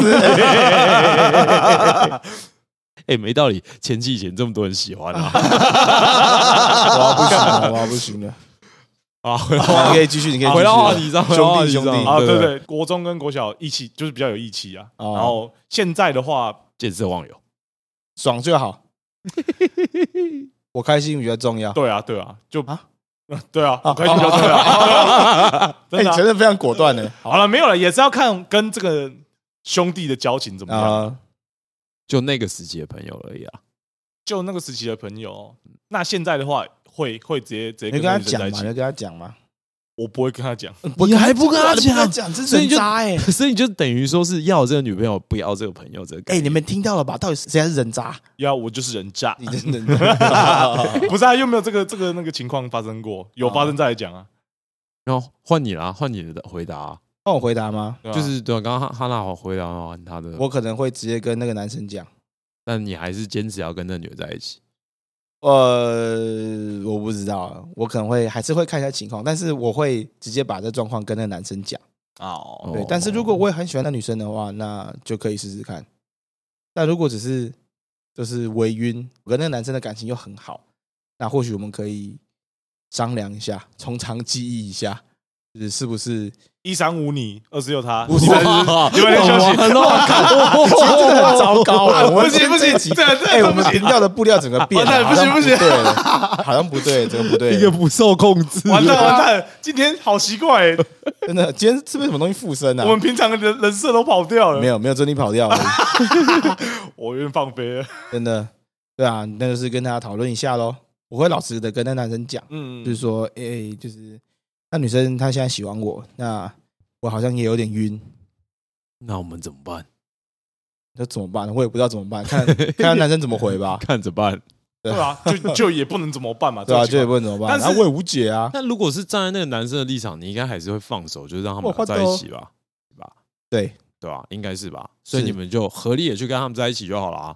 S1: 哎、没道理，前期以前这么多人喜欢啊！
S2: 啊
S3: 我不行了，我不 行了。
S1: 啊，回到
S3: 你可以继续，你可以继续
S1: 回到话题上，回到话题上
S3: 兄弟兄弟
S2: 啊，对
S1: 对，
S2: 对，国中跟国小一起就是比较有义气啊。
S3: 哦
S2: 然后现在的话，
S1: 见色忘友，
S3: 爽 就好。我开心比较重要。
S2: 对啊，对啊，就
S3: 啊，
S2: 对啊，
S3: 啊
S2: 我开心比较重要啊。
S3: 哎，
S2: 真
S3: 你
S2: 的啊
S3: 承认非常果断欸呢。
S2: 好了，没有了，也是要看跟这个兄弟的交情怎么样。
S3: 啊，
S1: 就那个时期的朋友而已啊。
S2: 就那个时期的朋友，那现在的话会会直接直接
S3: 你跟
S2: 跟
S3: 他
S2: 那个女生在一
S3: 讲嘛，
S2: 起
S3: 你。跟他讲嘛。
S2: 我不会跟他讲，
S1: 你还不跟他
S3: 你不
S1: 讲
S3: 讲，这
S1: 所以
S3: 是
S1: 你就
S3: 渣 哎。
S1: 所以你就等于说是要这个女朋友，不要这个朋友，这个概
S3: 哎，
S1: 念
S3: 你们听到了吧？到底谁才是人渣？
S2: 要我就是人渣。
S3: 你真的人 渣
S2: 不是啊，又没有这个这个那个情况发生过，有发生再来讲啊。
S1: 然后换你啦，换你的回答啊、
S3: 换我回答吗？
S2: 对吧
S1: 就是对、啊，刚刚哈哈娜好回答完他的，
S3: 我可能会直接跟那个男生讲。
S1: 但你还是坚持要跟那女的在一起。
S3: 呃，我不知道，我可能会还是会看一下情况，但是我会直接把这状况跟那个男生讲。
S2: 哦，
S3: 对
S1: 哦，
S3: 但是如果我也很喜欢那女生的话，那就可以试试看。但如果只是就是微晕，我跟那个男生的感情又很好，那或许我们可以商量一下，从长计议一下，就是是不是
S2: 一三五你，二四六他，
S1: 哇
S2: 你们你们休息，
S3: 真的很糟糕啊！我
S2: 哦不
S3: 们
S2: 行不行，这这
S3: 哎，我
S2: 不
S3: 们
S2: 行
S3: 频，道的步调整个变了，
S2: 完蛋
S3: 好像
S2: 不行不
S3: 对了，好像不对，这个不对
S1: 一，个不受控制，
S2: 完蛋完蛋，今天好奇怪，
S3: 真 的，今天是不是什么东西附身啊
S2: 我？们平常的人人设都跑掉了，
S3: 没有没有，真的跑掉了，
S2: 我有点放飞了，
S3: 真的，对啊，那就是跟大家讨论一下喽。我会老实的跟那男生讲，
S2: 嗯
S3: 就是说，哎、就是那女生她现在喜欢我，那我好像也有点晕，
S1: 那我们怎么办？
S3: 那怎么办？我也不知道怎么办， 看看那男生怎么回吧，
S1: 看着办。
S2: 对啊，就就也 不能怎么办嘛，
S3: 对啊，
S2: 这
S3: 就
S2: 种
S3: 也
S2: 情况
S3: 不能怎么办，
S2: 但是
S3: 然后我也无解啊，
S1: 那如果是站在那个男生的立场，你应该还是会放手，就是让他们
S3: 我换
S1: 俩在
S3: 的哦
S1: 一起吧，
S3: 对，
S1: 对吧、啊应该是吧？所以
S3: 是
S1: 你们就合理的去跟他们在一起就好了啊。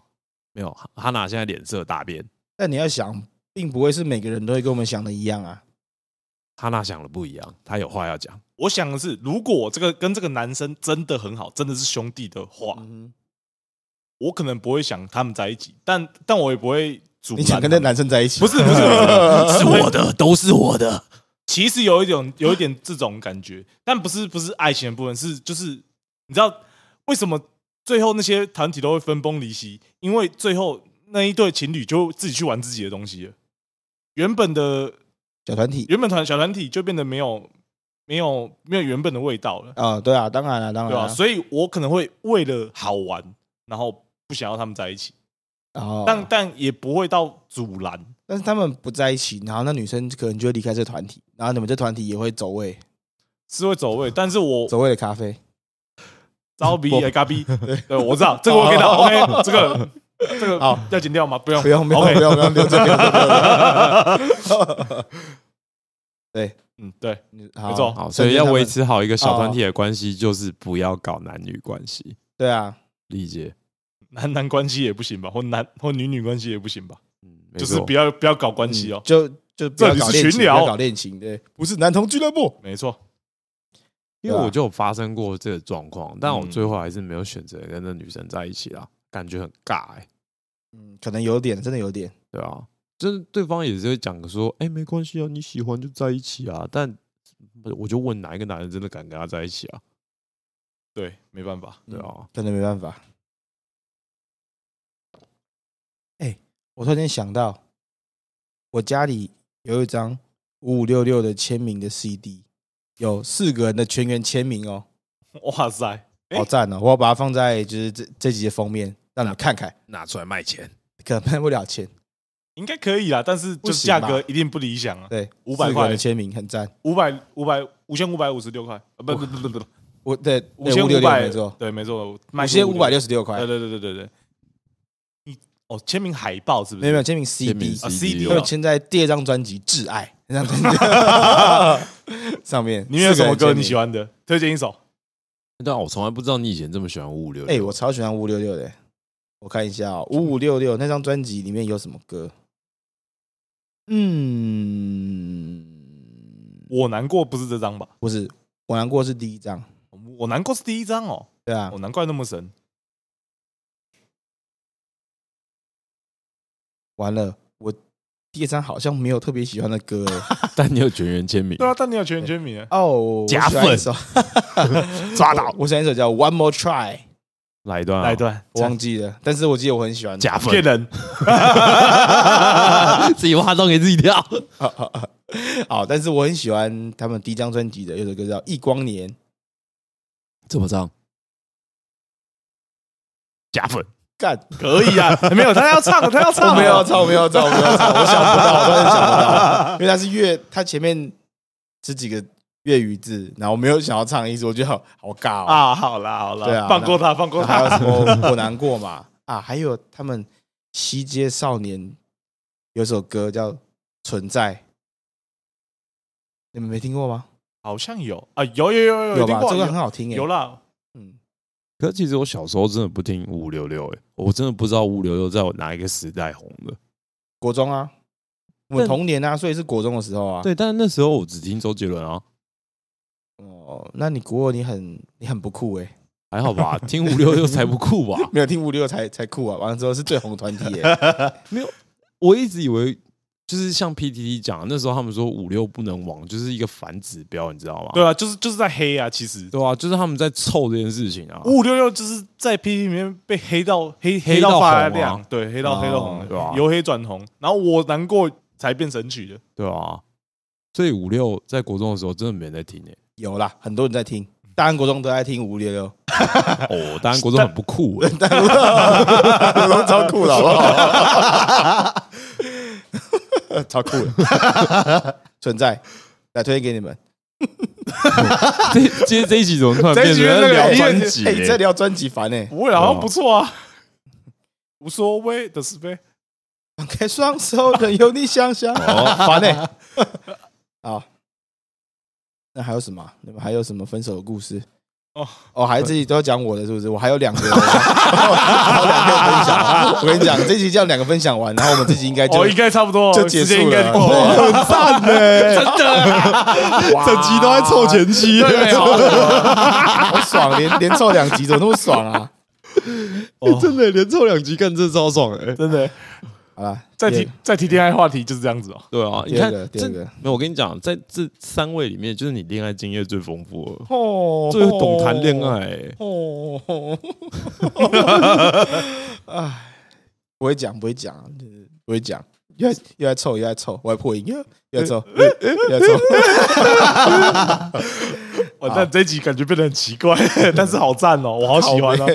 S1: 没有，哈哈娜现在脸色大变，
S3: 但你要想，并不会是每个人都会跟我们想的一样啊，
S1: 哈娜想的不一样，她有话要讲。
S2: 我想的是，如果这个跟这个男生真的很好，真的是兄弟的话，
S3: 嗯、
S2: 我可能不会想他们在一起，但但我也不会阻
S3: 你
S2: 拦
S3: 想
S2: 他
S3: 跟那
S2: 们。
S3: 男生在一起，
S2: 不是 不是，不
S1: 是
S2: 是
S1: 我的，都是我的。
S2: 其实有一种有一点这种感觉，但不是不是爱情的部分，是就是你知道为什么最后那些团体都会分崩离析？因为最后那一对情侣就自己去玩自己的东西了，原本的
S3: 小团体
S2: 原本团小团体就变得没有没有没有原本的味道了。
S3: 啊、对啊，当然了、当
S2: 对
S3: 然
S2: 吧、
S3: 了、
S2: 所以我可能会为了好玩，然后不想要他们在一起，
S3: 然后
S2: 但但也不会到阻拦。
S3: 但是他们不在一起，然后那女生可能就会离开这团体，然后你们这团体也会走位，
S2: 是会 走位，但是我
S3: 走位的咖啡。
S2: 招逼也嘎 逼，对，我知道这个我给到 OK，这个这个
S3: 哦好
S2: 要剪掉吗？不用
S3: 不用不用
S2: OK
S3: 不用不用留着留着。留着
S2: 嗯，对，
S3: 你
S2: 没错
S1: 好，所以要维。
S3: 哦趁机他们
S1: 持好一个小团体的关系，就是不要搞男女关系，
S3: 对啊，
S1: 理解？
S2: 男男关系也不行吧，或男或女女关系也不行吧，
S1: 嗯，没
S2: 就是
S1: 错
S2: 不要不要搞关系
S3: 嗯
S2: 哦，
S3: 就就不要
S2: 这里是
S3: 搞恋情，
S2: 群
S3: 不
S2: 聊
S3: 要搞恋情，对，不是男同俱乐部。
S2: 没错，
S1: 因为我
S3: 对啊
S1: 就有发生过这个状况，但我
S2: 嗯
S1: 最后还是没有选择跟那女生在一起啦，感觉很尬哎、
S3: 嗯，可能有点，真的有点。
S1: 对啊，就是对方也是会讲说，哎、没关系啊，你喜欢就在一起啊。但我就问哪一个男人真的敢跟他在一起啊？
S2: 对，没办法，
S3: 嗯
S1: 对啊，
S3: 可能没办法。哎、我突然间想到，我家里有一张五五六六的签名的 CD，有四个人的全员签名哦，
S2: 哇塞，哎
S3: 好赞哦！我要把它放在就是这这集的封面，让你们看看，
S1: 拿出来卖钱，
S3: 可能卖不了钱。
S2: 应该可以啦，但是
S3: 不
S2: 就
S3: 行
S2: 价
S3: 吧
S2: 格一定不理想啊，
S3: 对，
S2: 500块
S3: 四个人的签名很赞。
S2: 五百五百五千五百五十六块，啊不不不不不，
S3: 我对
S2: 五千
S3: 五
S2: 五
S3: 六
S2: 百
S3: 没错，
S2: 对，没错，
S3: 五
S2: 五
S3: 千五百六十六块
S2: 对，对对对对对，你哦，签名海报是不是？
S3: 没有没有签名
S1: 签名
S3: CD，
S2: 啊
S1: CD
S2: 有
S3: 还有
S1: 哦
S3: 签在第二张专辑《挚爱》那张 专辑上面。
S2: 里面有什么歌你喜
S3: 欢？
S2: 欢的？推荐一首。
S1: 但啊我从来不知道你以前这么喜欢五五六。
S3: 哎，我超喜欢五五六六的。欸我看一下哦五五六六那张专辑里面有什么歌？嗯，
S2: 我难过不是这张吧？
S3: 不是，我难过是第一张，
S2: 我难过是第一张哦，
S3: 对啊
S2: 我，难怪那么神。
S3: 完了，我第一张好像没有特别喜欢的歌欸
S1: 但你有全员签名
S2: 对，啊，但你有全全名啊，
S3: 哦，
S1: 假粉
S3: 我喜欢一首
S1: 抓
S3: 我！我喜欢一首叫《One More Try》，
S1: 来一段啊，
S2: 来一段
S3: 我忘记了，但是我记得我很喜欢。
S1: 假粉，
S2: 骗人。
S1: 自己挖洞给自己跳。
S3: 好，但是我很喜欢他们第一张专辑的，有首歌叫《忆光年》，
S1: 怎么唱？假粉，
S3: 干，
S2: 可以啊， 没有他要唱，他要
S3: 我
S2: 唱，
S3: 没有唱，我没有唱，我没有唱，我想不到，我突然想不 到，因为它是粤，它前面这几个粤语字，然后我没有想要唱的意思，我觉得好好 尬哦。
S2: 啊。好啦好
S3: 对啊
S2: 啦，放过他，放过
S3: 还有
S2: 他。
S3: 什么我难 过嘛？啊，还有他们西街少年有首歌叫《存在》，你们没听过吗？
S2: 好像有啊，有有有有
S3: 有
S2: 听
S3: 吧？
S2: 过
S3: 这个很
S2: 有
S3: 好听诶、
S2: 有啦，
S3: 嗯，
S1: 可是其实我小时候真的不听五五六六，哎，我真的不知道五五六六在我哪一个时代红的。
S3: 国中啊，我们童年啊，所以是国中的时候啊。
S1: 对，但是那时候我只听周杰伦啊，
S3: 哦，那你国二你很你很不酷诶、
S1: 还好 吧，听五六六才不酷 吧？
S3: 没有听五六才才酷啊，完了之后是最红的团体诶、
S1: 没有，我一直以为就是像 PTT 讲的，那时候他们说五六不能亡，就是一个反指标，你知道吗？
S2: 对啊，就是就是在黑啊，其实
S1: 对啊，就是他们在凑这件事情啊，
S2: 五五六六就是在 P 里面被黑到黑
S1: 黑
S2: 到
S1: 到
S2: 发
S1: 红啊
S2: 亮，对，黑到黑到红
S1: 对吧
S2: 的，由黑转红。然后我难过才变神曲的，
S1: 对啊。所以五六在国中的时候真的没人在听诶、欸
S3: 有啦，很多人在听，大安国中都在听五五六六，
S1: 哦，当然国中很不酷、欸，
S3: 大安国中超酷的好不好？超酷的，存在，来推荐给你们。
S1: 这今天这一集怎么突然变成在聊专辑、
S3: 哎，你在
S1: 欸？
S3: 聊专辑烦哎，
S2: 不会啊好像不错啊，无所谓的是非。
S3: 放开双手，任由你想象。烦哎，好，那还有什么啊？你们还有什么分手的故事？
S2: 哦
S3: 哦，还自己都要讲我的是不是？我还有两个，还有两个分享。啊我跟你讲，这集叫两个分享完，然后我们这集应该就
S2: 哦，应该差不多，
S3: 就结
S2: 时间
S3: 束
S2: 应该
S3: 了，
S2: 够了。
S3: 哦 很赞呢，真的，整集都在凑钱，
S1: 期
S2: 对
S3: 好爽，连连凑两集，怎么那么爽啊？
S1: 真的连凑两集干，这超爽哎、
S2: 真的，
S3: 好了，
S2: 再
S3: 第二
S2: 提再提恋爱话题就是这样子哦。
S1: 对 啊，你
S3: 第二
S1: 看
S3: 个，第
S1: 这
S3: 二个，
S1: 没有，我跟你讲，在这三位里面，就是你恋爱经验最丰富了，
S3: 哦
S1: 最懂谈恋爱、欸。
S3: 哦，哎，不会讲，不会讲，啊就是不会讲，又在又在凑，又在凑，我还破音，又又在凑，
S2: 呃
S3: 又在凑。
S2: 哇，哦但这一集感觉变得很奇怪，但是好赞哦，我好喜欢哦。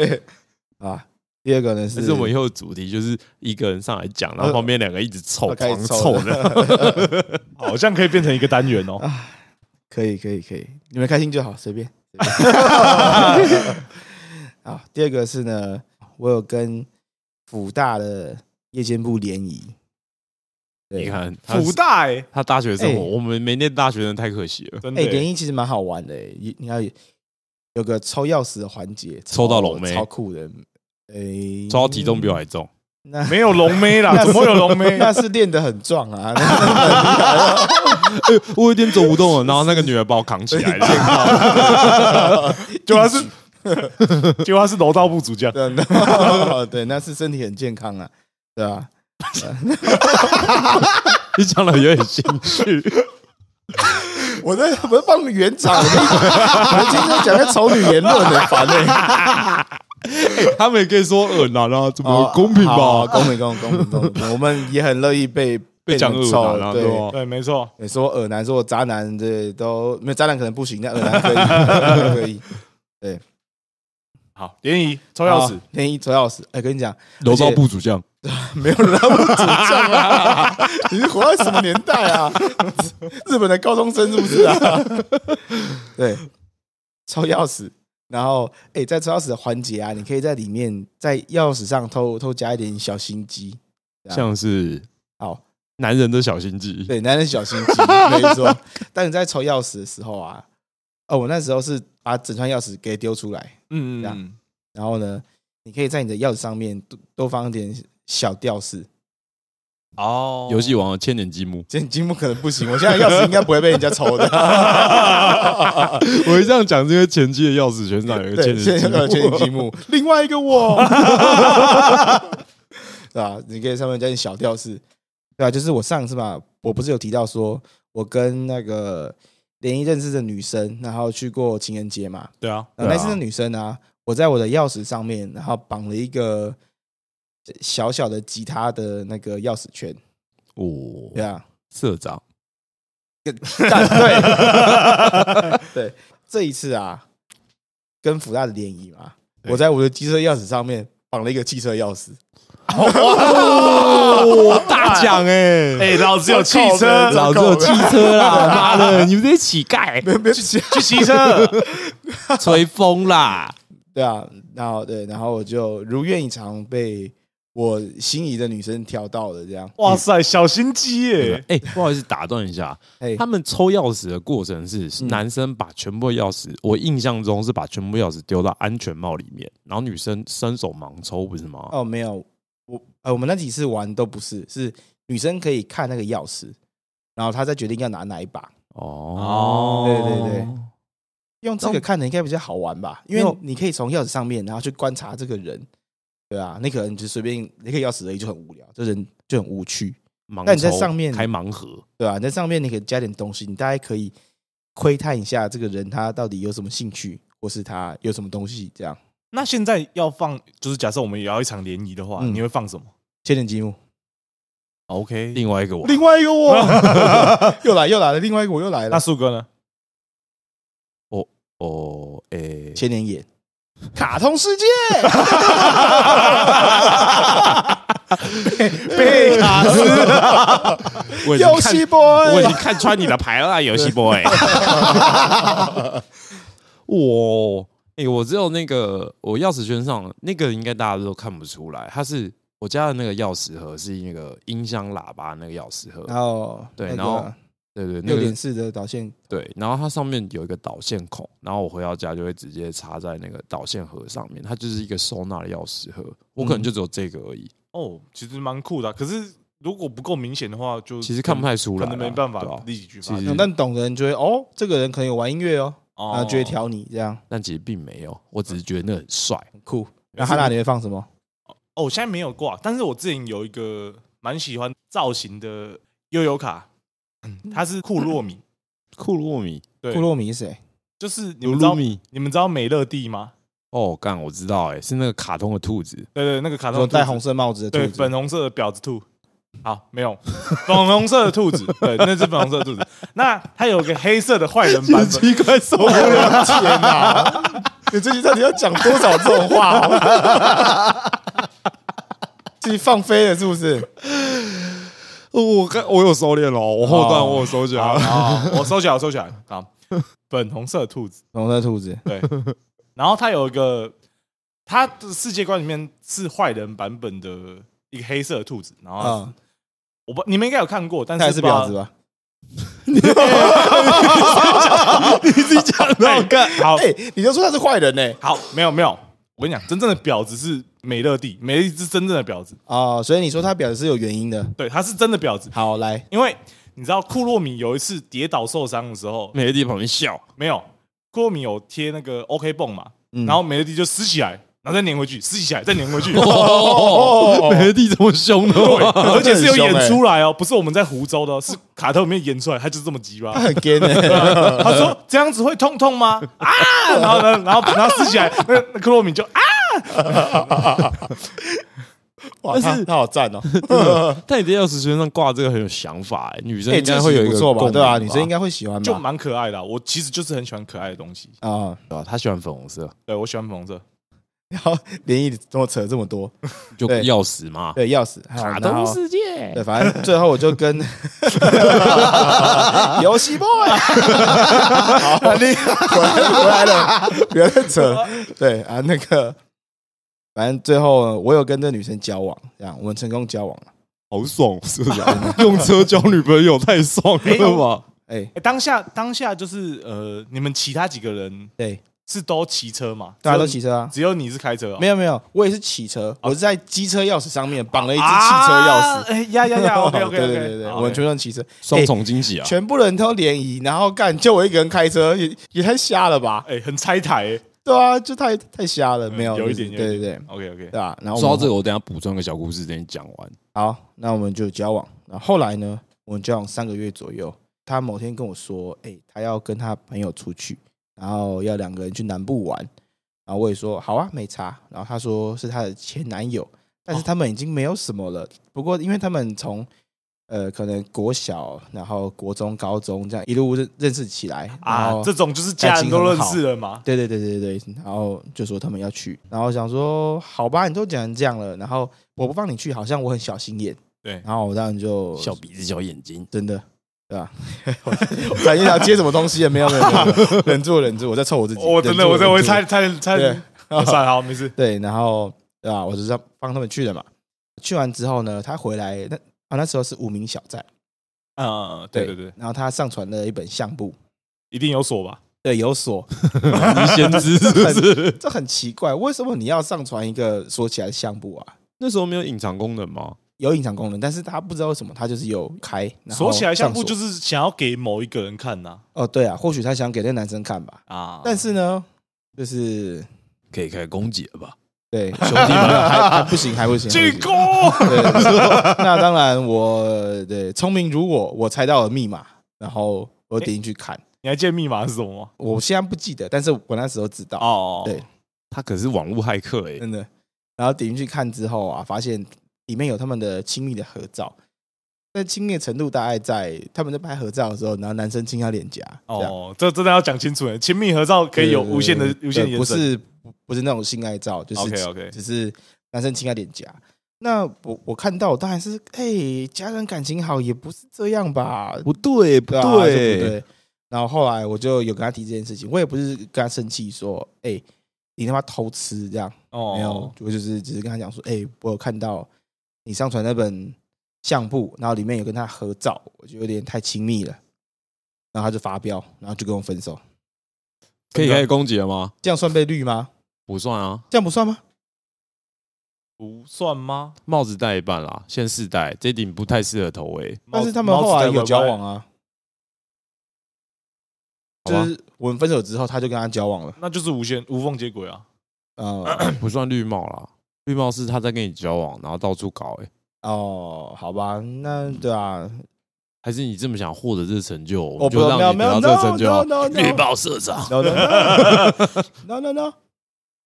S3: 啊！啊，第二个呢
S1: 但
S3: 是
S1: 是我们以后的主题就是一个人上来讲，然后旁边两个一直凑，
S3: 开
S1: 狂
S3: 始
S1: 凑
S3: 凑
S1: 的。
S3: 的，
S2: 好像可以变成一个单元哦。
S3: 可以可以可以，你们开心就好，随便。随便 好，第二个是呢，我有跟辅大的夜间部联谊，对
S1: 你 看，他
S2: 福大哎，
S1: 他大学生活，
S3: 哎
S1: 我们没念大学生太可惜了。
S2: 真的
S3: 哎、联
S2: 欸，
S3: 谊其实蛮好玩的、欸，你你看有个抽钥匙的环节，
S1: 抽
S3: 超
S1: 到龙妹
S3: 超酷的。哎、
S1: 抽到体重比我还重，
S3: 那
S2: 没有龙妹啦，
S3: 那
S2: 怎
S3: 是
S2: 么会有龙妹？
S3: 那是练得很壮啊，那是
S1: 我有点走不动了。然后那个女儿把我扛起来 了，
S2: 就他 是， 就他是楼道部主将，
S3: 真的对，那是身体很健康啊，对吧、啊？
S1: 你讲的有点心 虚。
S3: 我在我在帮你们圆场，我们我今天讲在丑女言论很烦哎、
S1: 他们也可以说呃，哪啦，怎么
S3: 哦
S1: 公平
S3: 好
S1: 吧？
S3: 公平公平公平公平，我们也很乐意被
S1: 被讲
S3: 你
S1: 恶
S3: 们
S1: 男啊，
S3: 臭，
S1: 对
S3: 对。
S1: 吧？
S2: 对，没错，
S3: 你说耳男，说渣男，这都没有渣男可能不行，但耳男可以 耳男可以，
S2: 好，联谊抽钥匙
S3: 好，，天一抽钥匙。哎，跟你讲，
S1: 楼道部主将，
S3: 没有人那么主将啊！ 你是活在什么年代啊？日本的高中生是不是啊？ 对，抽钥匙，然后哎，在抽钥匙的环节啊，你可以在里面在钥匙上偷偷加一点小心机。啊
S1: 像是
S3: 好，
S1: 男人的小心机，
S3: 对，男人小心机，没 错。当你在抽钥匙的时候啊，哦，我那时候是把整串钥匙给丢出来，
S2: 嗯，嗯
S3: 这样
S2: 嗯
S3: 然后呢，你可以在你的钥匙上面多多放一点小吊饰。
S2: 哦
S1: 游戏 王的千年积木。
S3: 这积木可能不行，我现在钥匙应该不会被人家抽 的。
S1: 我会这样讲，是因为前期的钥匙圈上有一个千
S3: 对，
S1: 年
S3: 现
S1: 积
S3: 在有千
S1: 木，
S3: 年积木，另外一个我， 对吧？你可以上面加点小吊饰，对啊，就是我上次嘛，我不是有提到说我跟那个联谊认识的女生，然后去过情人节嘛，
S2: 对啊，
S3: 然后那次的女生啊，我在我的钥匙上面，然后绑了一个小小的吉他的那个钥匙圈，对
S1: 哦，
S3: 啊，
S1: 社长，
S3: 干对对，这一次啊，跟福大的联谊嘛，我在我的机车钥匙上面绑了一个汽车钥匙，
S1: 哦，大奖哎，
S2: 哎，老子 有汽
S3: 靠
S2: 车，
S1: 老子有汽车 啦，妈的，你们这些乞丐，
S3: 没有没有骑，
S2: 去骑车，
S1: 吹风啦，
S3: 对啊，然后对，然后我就如愿以偿被我心仪的女生挑到了，这样，
S2: 哇塞，小心机耶！
S1: 哎，不好意思打断一下，
S3: 哎，
S1: 他们抽钥匙的过程是是
S3: 嗯
S1: 男生把全部钥匙，我印象中是把全部钥匙丢到安全帽里面，然后女生伸手盲抽，不是吗？
S3: 哦没有，我呃我们那几次玩都不是，是女生可以看那个钥匙，然后她再决定要拿哪一把。
S1: 哦，
S3: 对对对，用这个看的应该比较好玩吧，因为你可以从钥匙上面，然后去观察这个人，对啊，你可能就随便那个钥匙而已，就很无聊，这人就很无趣，
S1: 盲
S3: 但你在
S1: 抽
S3: 上面
S1: 开盲盒，
S3: 对吧、啊你在上面你可以加点东西，你大概可以窥探一下这个人他到底有什么兴趣，或是他有什么东西这样。
S2: 那现在要放，就是假设我们也要一场联谊的话，
S3: 嗯
S2: 你会放什么
S3: 切点积木，
S1: 哦
S2: ？OK，
S1: 另外一个我
S3: 另外一个我 又来又来了，另外一个我又来
S2: 那
S3: 了，
S2: 树哥呢？
S1: 哦，诶，
S3: 千年 眼，卡通世界， 贝 卡斯，
S1: 我已经
S3: 游
S1: 看
S3: 戏
S1: 我已
S3: boy，
S1: 经看穿你的牌 了啊，游戏 boy。我哎、我只有那个我钥匙圈上那个，应该大家都看不出来，它是我家的那个钥匙盒是那个音箱喇叭那个钥匙盒，
S2: 啊
S3: 然后
S1: 对
S3: 那个
S1: 然后对对，那
S3: 六
S1: 个
S3: 点四的导线，
S1: 对，然后它上面有一个导线孔，然后我回到家就会直接插在那个导线盒上面，它就是一个收纳的钥匙盒，我可能
S2: 嗯
S1: 就只有这个而已，
S2: 哦，其实蛮酷的啊、可是如果不够明显的话，就
S1: 其实看不太出来
S2: 可
S1: 啦，
S2: 能没办法
S1: 对啊
S2: 立即举发
S1: 其。实
S3: 嗯但懂的人就会哦，这个人可能有玩音乐哦，然
S2: 哦
S3: 后就会调你这样，
S1: 但其实并没有，我只是觉得那很帅，
S2: 嗯
S3: 很酷。那哈娜你会放什么？
S2: 哦，我现在没有挂，但是我之前有一个蛮喜欢造型的悠悠卡，嗯它是库洛米，
S1: 库洛米，
S2: 对
S3: 库洛米是谁？
S2: 就是你
S1: 鲁
S2: 们知
S1: 鲁
S2: 道
S1: 米。
S2: 你们知道美乐蒂吗？
S1: 哦，干，我知道、欸，哎，是那个卡通的兔子，
S2: 对对，那个卡
S3: 说
S2: 通
S3: 戴红
S2: 色，
S3: 色帽子的
S2: 对
S3: 兔 子
S2: 粉，红色的婊子兔。好，没有粉红色的兔子，对，那只粉红色的兔子。那它有个黑色的坏人版本，
S3: 奇怪，受不了！天哪，
S1: 啊
S3: 你最近到底要讲多少这种话哦？ 自己放飞了是不是？
S1: 哦，我看我有收敛了，哦我后
S3: 哦
S1: 段我有收起来
S2: 好，
S1: 了。
S2: 好好我收起来，我收起来。好，粉红色的兔子，
S3: 粉红色兔子，
S2: 对。然后它有一个，它的世界观里面是坏人版本的一个黑色的兔子，
S1: 啊
S2: 然后它是
S3: 嗯，
S2: 我不，你们应该有看过，但
S3: 他
S2: 是
S3: 还是
S2: 不知道
S3: 婊子？吧？
S2: 那我干好
S3: 哎，你就说他是坏人呢？
S2: 好，没有没有，我跟你讲，真正的婊子是美乐蒂，美乐蒂是真正的婊子，
S3: 哦，所以你说他婊子是有原因的。
S2: 对，她是真的婊子，
S3: 好，来，
S2: 因为你知道库洛米有一次跌倒受伤的时候，
S1: 美乐蒂旁边笑，
S2: 没有库洛米有贴那个 OK 泵嘛，
S3: 嗯
S2: 然后美乐蒂就撕起来，然后再粘回去，撕起来再粘回去。
S1: 哦， 美乐蒂这么凶的话，
S2: 对，而且是有
S3: 真的很凶欸
S2: 演出来哦，不是我们在湖州的哦，是卡特里面演出来，他就是这么急吧
S3: 他。很 gay 呢。
S2: 他说这样子会痛痛吗？啊！然后呢，然后然后撕起来，那那克洛米就啊，
S3: 哇，
S1: 但
S3: 他
S1: 是
S3: 他好赞哦！
S1: 但你的钥匙圈上挂这个很有想法、欸，女生
S3: 哎，
S1: 应该
S3: 这
S1: 会有一
S3: 不
S1: 个
S3: 错吧？
S1: 共
S3: 对啊，
S1: 鸣
S3: 女生应该会喜欢
S2: 就
S3: 吧？
S2: 蛮可爱的啊、我其实就是很喜欢可爱的东西，
S3: 啊，
S1: 对吧？她喜欢粉红色，
S2: 对我喜欢粉红色。
S3: 然后联谊跟我扯这么多，
S1: 就
S3: 对
S1: 钥匙嘛。
S3: 对，钥匙，好
S4: 卡
S3: 然后
S4: 通世界
S3: 对，反正最后我就跟 游戏 boy，好，你回来回来了，不要再扯了。对啊，那个，反正最后我有跟这女生交往，这样我们成功交往了。
S1: 好
S3: 哦
S1: 爽，是不是啊？ 用车交女朋友太爽 了吧？
S3: 哎，
S2: 哎，当下当下就是呃，你们其他几个人
S3: 对，
S2: 是都骑车嘛？
S3: 大家都
S2: 只有
S3: 骑车啊
S2: 你，？只有你是开车哦，
S3: 没
S2: 有
S3: 有没有，我也是骑车，我是在机车钥匙上面绑了一
S2: 一
S3: 只汽
S1: 啊
S3: 车钥匙。
S2: 啊哎呀呀 呀，OK OK
S3: 对
S2: OK，
S3: 对对对，我们全部都骑车，
S1: 双重惊喜啊！
S3: 全部人都联谊，然后干就我一个人开车，也也太瞎了吧？
S2: 哎很拆台欸
S3: 对啊，就太太瞎了，没有，
S2: 嗯有一
S3: 就是
S2: 点有
S3: 对
S2: 一
S3: 对对。
S2: ，OK OK，
S3: 对啊，然后我
S1: 说到
S3: 们
S1: 这个，我等一下补充一个小故事，等你讲完。
S3: 好，那我们就交往。那后来呢，我们交往三个月左右，他某天跟我说，哎、他要跟他朋友出去，然后要两个人去南部玩。然后我也说好啊，没差。然后他说是他的前男友，但是他们已经没有什么了。不过因为他们从呃可能国小，然后国中、高中这样一路认认识起来然后
S2: 啊，这种就是家人都认识了嘛，
S3: 对对对对对，对然后就说他们要去，然后想说好吧，你都讲成这样了，然后我不放你去，好像我很小心眼。
S2: 对
S3: 然后我当然就
S1: 小鼻子，小眼 睛，
S3: 真的，对吧？ 我感觉想接什么东西也没有，没有，没有忍住，忍住，我在凑我自己。
S2: 我哦真的我
S3: 忍
S2: 在
S3: 住
S2: 我会。
S3: 忍
S2: 猜
S3: 住
S2: 猜猜，
S3: 对
S2: 哦算了，好没 事，
S3: 对，然后对吧？我就是要帮他们去的嘛。去完之后呢，他回来那啊那时候是无名小站，
S2: 嗯，对对对，
S3: 然后他上传了一本相簿，
S2: 一定有锁吧？
S3: 对，有锁，
S1: 你先知是不是？
S3: 这很奇怪，为什么你要上传一个锁起来的相簿啊？
S1: 那时候没有隐藏功能吗？
S3: 有隐藏功能，但是他不知道为什么，他就是有开
S2: 锁起来相簿就是是想要给某一个人看呐
S3: 哦，对啊，或许他想给那个男生看吧，
S2: 啊，
S3: 但是呢，就是
S1: 可以开始攻击了吧？
S3: 对，兄弟们还还不行，还不行，还不
S2: 进
S3: 行
S2: 攻。
S3: 对，那当然我对聪明如我，我猜到了密码，然后我点进去看，
S2: 你还记得密码是什么吗？
S3: 我现在不记得，但是我那时候知道，
S2: 哦，
S3: 对，
S1: 他可是网络骇客哎、
S3: 真的。然后点进去看之后啊，发现里面有他们的亲密的合照，那亲密的程度大概在他们在拍合照的时候，然后男生亲他脸颊，这样
S2: 哦，这真的要讲清楚了。亲密合照可以有无限的
S3: 对对对
S2: 无限的
S3: 对
S2: 延
S3: 不
S2: 伸。
S3: 是不是那种性爱照，就是
S2: OK OK，
S3: 只是男生亲他脸颊。那我我看到当然是，哎、家人感情好也不是这样吧？
S1: 不对不
S3: 对啊，对
S1: 对，
S3: 不对？然后后来我就有跟他提这件事情，我也不是跟他生气说，哎、你他妈偷吃这样，
S2: 哦，
S3: 没有，我就是只是跟他讲说，哎、我有看到你上传那本相簿，然后里面有跟他合照，我觉得有点太亲密了，然后他就发飙，然后就跟我分手，
S1: 可以开始攻击了吗？
S3: 这样算被绿吗？
S1: 不算啊，
S3: 这样不算吗？
S2: 不算吗？
S1: 帽子戴一半啦，先试戴，这顶不太适合头围。
S3: 但是他们后来有交往。啊，
S1: 好吧
S3: 就是我们分手之后，他就跟他交往了，
S2: 那就是无限无缝接轨啊！
S3: 呃，
S1: 不算绿帽啦，绿帽是他在跟你交往，然后到处搞哎、
S3: 哦，好吧，那对啊，
S1: 还是你这么想获得这个成就，
S3: 我
S1: 嗯我
S3: 哦不
S1: 就让
S3: 没
S1: 你
S3: 有没
S1: 得
S3: 有
S1: 到这
S3: no
S1: 个成就
S3: no
S1: 好。
S3: no
S1: 绿
S3: no
S1: 帽社长，
S3: no no no no no，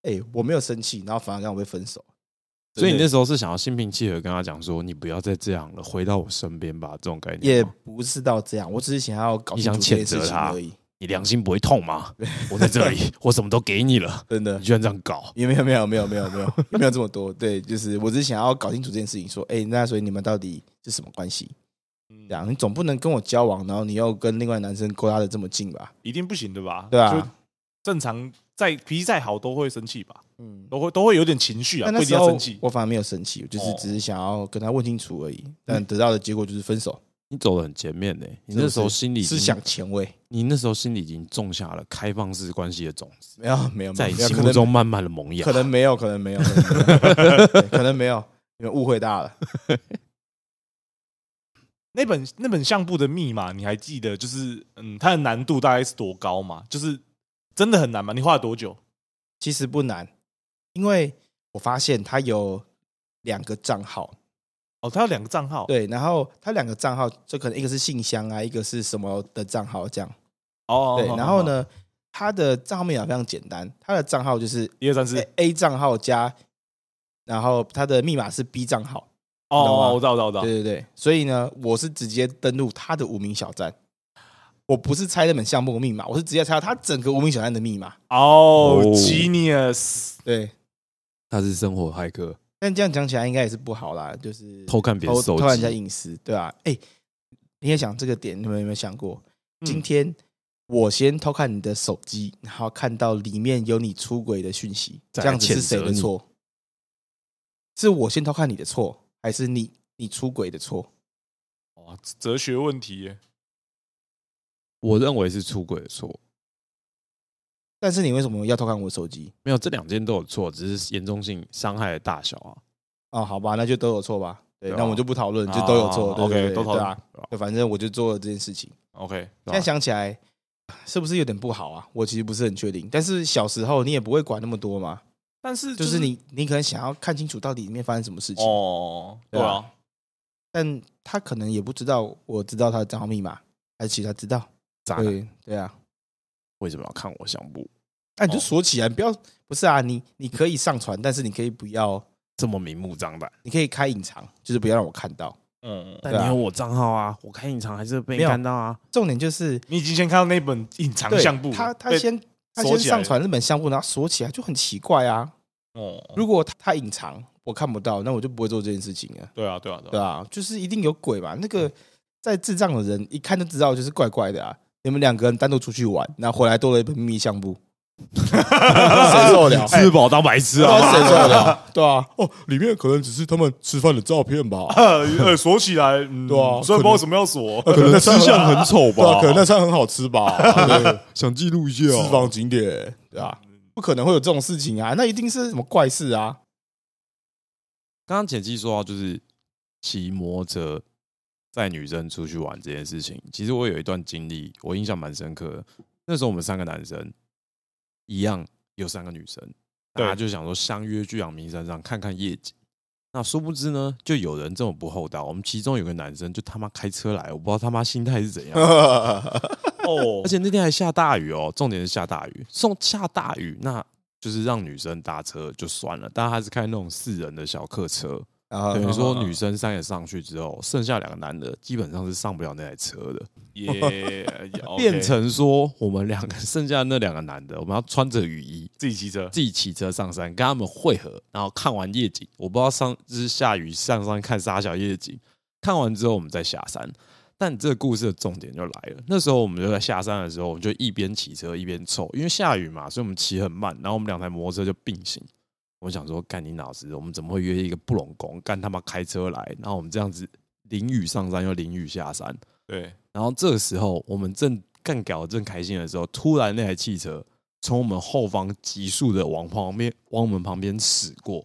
S3: 哎，我没有生气，然后反而让我被分手，
S1: 所以你那时候是想要心平气和跟他讲说，你不要再这样了，回到我身边吧，这种概
S3: 也
S1: 念吗。
S3: 不是到这样，我只是想要搞
S1: 你
S3: 清
S1: 想
S3: 楚这件
S1: 谴
S3: 事
S1: 责
S3: 情
S1: 他
S3: 而已，
S1: 你良心不会痛 吗？我在这里，我什么都给你了，
S3: 真的
S1: 你。居然这样搞，
S3: 也没有没有没有没有没有没有这么多，对，就是我只是想要搞清楚这件事情，说，哎、那所以你们到底是什么关系？
S2: 嗯
S3: 这样你总不能跟我交往，然后你又跟另外男生勾搭的这么近吧？
S2: 一定不行的吧？
S3: 对啊
S2: 就正常再脾气再好都会生气吧，
S3: 嗯，
S2: 都会都会有点情绪啊，
S3: 但
S2: 不
S3: 那
S2: 一
S3: 时
S2: 定要
S3: 候
S2: 生气。
S3: 我反而没有生气，我就是
S2: 哦
S3: 只是想要跟他问清楚而已，但得到的结果就是分手，
S1: 你走的很前面呢、嗯你
S3: 是不
S1: 那时候
S3: 是
S1: 心里已
S3: 是
S1: 经
S3: 想前卫，
S1: 你那时候心里已经种下了开放式关系的种子，
S3: 没有没有没
S1: 在你
S3: 有嗯没有，
S1: 心
S3: 可
S1: 目
S3: 能
S1: 中慢慢的萌芽。
S3: 可能没有，可能没有，可能没有 对可能没有，你们误会大了。
S2: 那本那本相簿的密码你还记得？就是嗯，它的难度大概是多高吗？就是真的很难吗？你花了多久？
S3: 其实不难，因为我发现他有两个账号，
S2: 哦，它有两个账号，
S3: 对，然后他两个账号，就可能一个是信箱啊，一个是什么的账号这样，
S2: 哦，
S3: 对，然后，呢，他的账号密码非常简单，他的账号就是
S2: 一二三四，
S3: A A 账号加，然后他的密码是 B 账号，
S2: 哦
S3: 你懂吗
S2: 哦，我知道，我知道，我知道
S3: 对，对对，所以呢，我是直接登录他的无名小站，我不是猜那本项目的密码，我是直接猜到他整个无名小站的密码。
S2: 哦
S1: 哦
S2: ，genius，
S3: 对，
S1: 他是生活骇客，
S3: 但这样讲起来应该也是不好啦，就是
S1: 偷看别人
S3: 偷
S1: 手
S3: 偷看人家
S1: 机，
S3: 隐私，对啊，哎，你也想这个点，你们有没有想过？
S2: 嗯
S3: 今天我先偷看你的手机，然后看到里面有你出轨的讯息，这
S1: 再
S3: 样子是谁
S1: 谴责
S3: 的
S1: 你
S3: 错？是我先偷看你的错，还是你你出轨的错？
S2: 嗯哇，哲学问题耶，
S1: 我认为是出轨的错。
S3: 但是你为什么要偷看我的手机？
S1: 没有，这两件都有错，只是严重性伤害的大小啊。
S3: 哦，好吧，那就都有错吧。对，
S1: 对啊哦
S3: 那我就不讨论，就都有错。
S2: 啊
S3: 对
S2: OK，
S3: 对对
S2: 都讨
S3: 对啊
S1: 对啊。
S3: 对反正我就做了这件事情。
S2: OK，
S1: 对啊
S3: 现在想起来，是不是有点不好啊？我其实不是很确定。但是小时候你也不会管那么多嘛，
S2: 但是
S3: 就是你你可能想要看清楚到底里面发生什么事情，
S2: 哦，对
S3: 啊对
S2: 啊
S3: 啊，但他可能也不知道我知道他的账号密码，还是其实他知道。
S1: 渣男
S3: 对对啊，
S1: 为什么要看我相簿
S3: 那你就
S2: 哦
S3: 锁起来，不要不是啊，你你可以上传，但是你可以不要，
S1: 这么明目张胆？
S3: 你可以开隐藏，就是不要让我看到。
S2: 嗯，
S1: 但
S3: 对啊
S1: 你有我账号啊，我开隐藏还是被
S3: 没
S1: 你
S3: 有
S1: 看到啊。
S3: 重点就是
S2: 你已经先看到那本隐藏
S3: 对
S2: 相簿了，啊
S3: 他他
S2: 被
S3: 先他
S2: 锁
S3: 先
S2: 起来
S3: 上传日本相簿，然后锁起来就很奇怪啊。
S2: 哦，
S3: 如果他他隐藏，我看不到，那我就不会做这件事情了，
S2: 对啊，对啊，对
S3: 对
S2: 啊，
S3: 啊，就是一定有鬼吧？那
S2: 嗯
S3: 个在智障的人一看就知道，就是怪怪的啊。你们两个人单独出去玩，然后回来多了一本秘密相簿， 谁受得了？
S2: 哎
S1: 吃饱当白痴
S3: 对
S1: 啊！
S3: 啊，谁受得了？对啊，哎哦，里面可能只是他们吃饭的照片 吧，
S2: 呃呃，锁起来，嗯
S3: 对啊
S2: 所以不
S3: 可能
S2: 知道为什么要锁，
S3: 可能呃吃相很
S1: 丑
S3: 对啊，可能那餐很好吃吧，对
S1: 想记录一下
S3: 私房景点，对啊，不可能会有这种事情啊，那一定是什么怪事啊。
S1: 刚刚前期说到就是骑摩托车载女生出去玩这件事情，其实我有一段经历，我印象蛮深刻的。那时候我们三个男生一样有三个女生，
S2: 对
S1: 大家就想说相约去阳明山上看看夜景。那殊不知呢，就有人这么不厚道。我们其中有个男生就他妈开车来，我不知道他妈心态是怎样。
S2: 哦
S1: 而，且那天还下大雨哦，重点是下大雨，送下大雨，那就是让女生搭车就算了，但他是开那种四人的小客车，
S3: 然后
S1: 等于啊说女生三个上去之后，剩下两个男的基本上是上不了那台车的，
S2: 也也 OK
S1: 变成说我们两个剩下那两个男的，我们要穿着雨衣
S2: 自己骑车，
S3: 啊
S1: 自己骑车上山，跟他们汇合，然后看完夜景，我不知道上就是下雨上山看沙小夜景，看完之后我们再下山。但这个故事的重点就来了，那时候我们就在下山的时候，我们就一边骑车一边凑，因为下雨嘛，所以我们骑很慢，然后我们两台摩托车就并行。我们想说，干你老子，我们怎么会约一个布隆宫干他妈开车来？然后我们这样子淋雨上山又淋雨下山，
S2: 对，
S1: 然后这个时候，我们正干搞得正开心的时候，突然那台汽车从我们后方急速的往旁边往我们旁边驶过。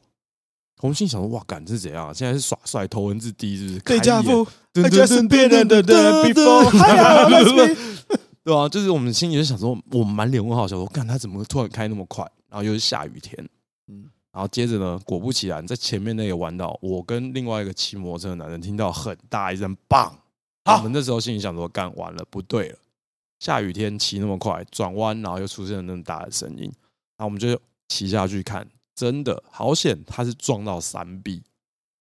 S1: 我们心想说：“哇，干这是怎样啊？现在是耍帅头文字 D 是不是？”
S3: 对家
S1: 开眼
S3: 父，I just been in the day before. Hi, let's be-
S1: 对啊，就是我们心里就想说，我们满脸问号，想说，干他怎么突然开那么快？然后又是下雨天，
S3: 嗯
S1: 嗯，然后接着呢，果不其然，在前面那个弯道，我跟另外一个骑摩托车的男人听到很大一声“棒”，
S2: 啊
S1: 我们那时候心里想说，干完了，不对了，下雨天骑那么快，转弯然后又出现了那么大的声音，然后我们就骑下去看，真的好险，他是撞到山壁，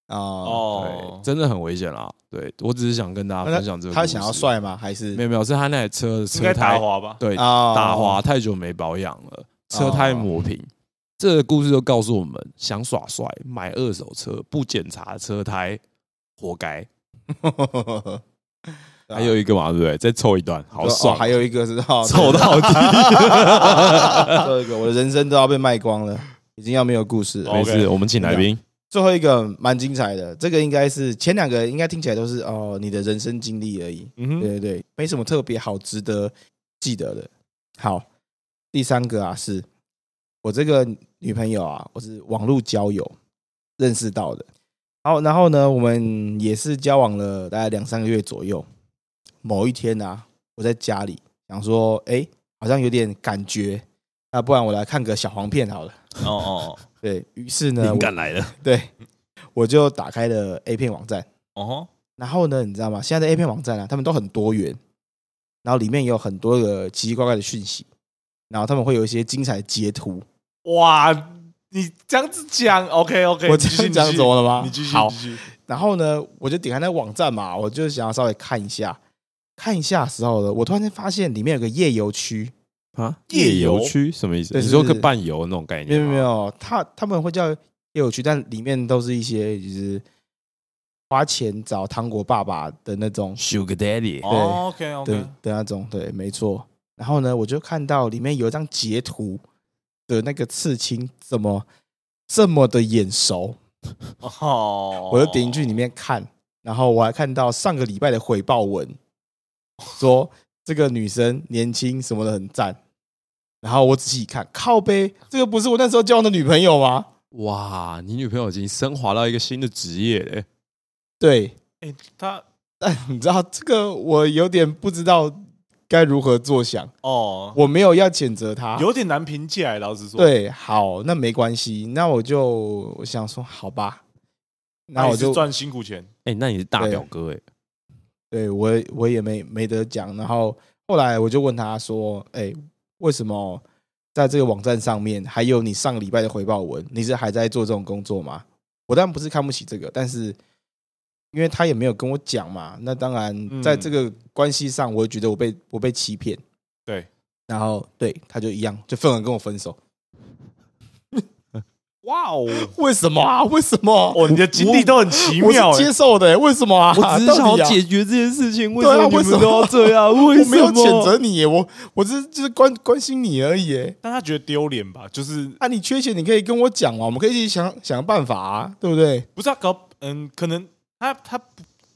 S3: 哦，
S1: 对
S2: 哦，，
S1: 真的很危险啦。对我只是想跟大家分享这个
S3: 他
S1: 故事
S3: 想要，帅吗？还是
S1: 没有没有，是他那台车的
S2: 应
S1: 车
S2: 该
S1: 胎
S2: 打滑吧？
S1: 对
S3: 啊
S1: 打滑太久没保养了，车胎磨平。这个故事就告诉我们：想耍帅，买二手车，不检查车胎，活该。还有一个嘛，对不对？再凑一段，好爽，
S3: 啊哦还有一个是哦，
S1: 凑到 底。
S3: 最后一个，我的人生都要被卖光了，已经要没有故事了。
S1: 没事，我们请来宾。
S3: 最后一个蛮精彩的，这个应该是前两个应该听起来都是哦你的人生经历而已，
S2: 嗯哼，
S3: 对对对，没什么特别好值得记得的。好，第三个啊是我这个女朋友啊，我是网络交友认识到的。好，然后呢，我们也是交往了大概两三个月左右。某一天啊，我在家里想说，哎，好像有点感觉，那不然我来看个小黄片好了。
S2: 哦哦
S3: 对于是呢，
S1: 灵
S3: 我
S1: 感来了，
S3: 对，我就打开了 A 片网站。
S2: 哦哦
S3: 然后呢，你知道吗？现在的 A 片网站啊，他们都很多元，然后里面有很多个奇奇怪怪的讯息，然后他们会有一些精彩的截图。
S2: 吼，哇，你这样子讲，OK OK，
S3: 我这样讲怎么了吗
S2: 你继续，
S3: 好
S2: 你继续
S3: 然后呢，我就点开那网站嘛，我就想要稍微看一下。看一下的时候呢，我突然间发现里面有个夜游区，
S1: 啊，
S2: 夜
S1: 夜游
S2: 游
S1: 区什么意思？
S3: 对
S1: 你说
S3: 就是
S1: 个伴游那种概
S3: 没
S1: 念？
S3: 有没有没，有，他他们会叫夜游区，但里面都是一些就是花钱找糖果爸爸的那种
S1: Sugar Daddy，
S2: 哦，OK
S3: 对
S2: OK，
S3: 的那种，对，没错。然后呢，我就看到里面有一张截图的那个刺青，怎么这么的眼熟？
S2: 哦，
S3: 我就点进去里面看，然后我还看到上个礼拜的回报文，说这个女生年轻什么的很赞。然后我仔细一看，靠背，这个不是我那时候交往的女朋友吗？
S1: 哇，你女朋友已经升华到一个新的职业欸嘞。
S3: 对，
S2: 哎，他
S3: 但你知道这个，我有点不知道该如何作想。
S2: 哦，
S3: 我没有要谴责她，
S2: 有点难评价欸，老实说，，
S3: 对，好，那没关系，那我就我想说，好吧，那我就
S2: 赚辛苦钱，
S1: 哎，那你是大
S3: 对
S1: 表哥哎，
S3: 对我我也没没得讲。然后后来我就问他说，哎、为什么在这个网站上面还有你上礼拜的回报文？你是还在做这种工作吗？我当然不是看不起这个，但是因为他也没有跟我讲嘛，那当然在
S2: 嗯
S3: 这个关系上，我觉得我被我被欺骗。
S2: 对，
S3: 然后对他就一样，就愤而跟我分手。
S2: 哇哦，
S3: 为什么啊？为什么？
S2: 哦，你的经历都很奇
S3: 我是
S2: 妙欸，
S3: 接受的、为什么啊？
S1: 我 只是想
S3: 到底
S1: 要
S3: 啊
S1: 解决这件事情，为
S3: 对
S1: 什
S3: 啊
S1: 么你
S3: 为什么
S1: 们都要这样？为
S3: 我
S1: 什
S3: 没有
S1: 么？
S3: 谴责你耶，我我只是就是关关心你而已耶。
S2: 但他觉得丢脸吧？就是
S3: 啊，你缺钱你可以跟我讲嘛，我们可以一起想想办法啊，对不对？
S2: 不是他搞嗯，可能他他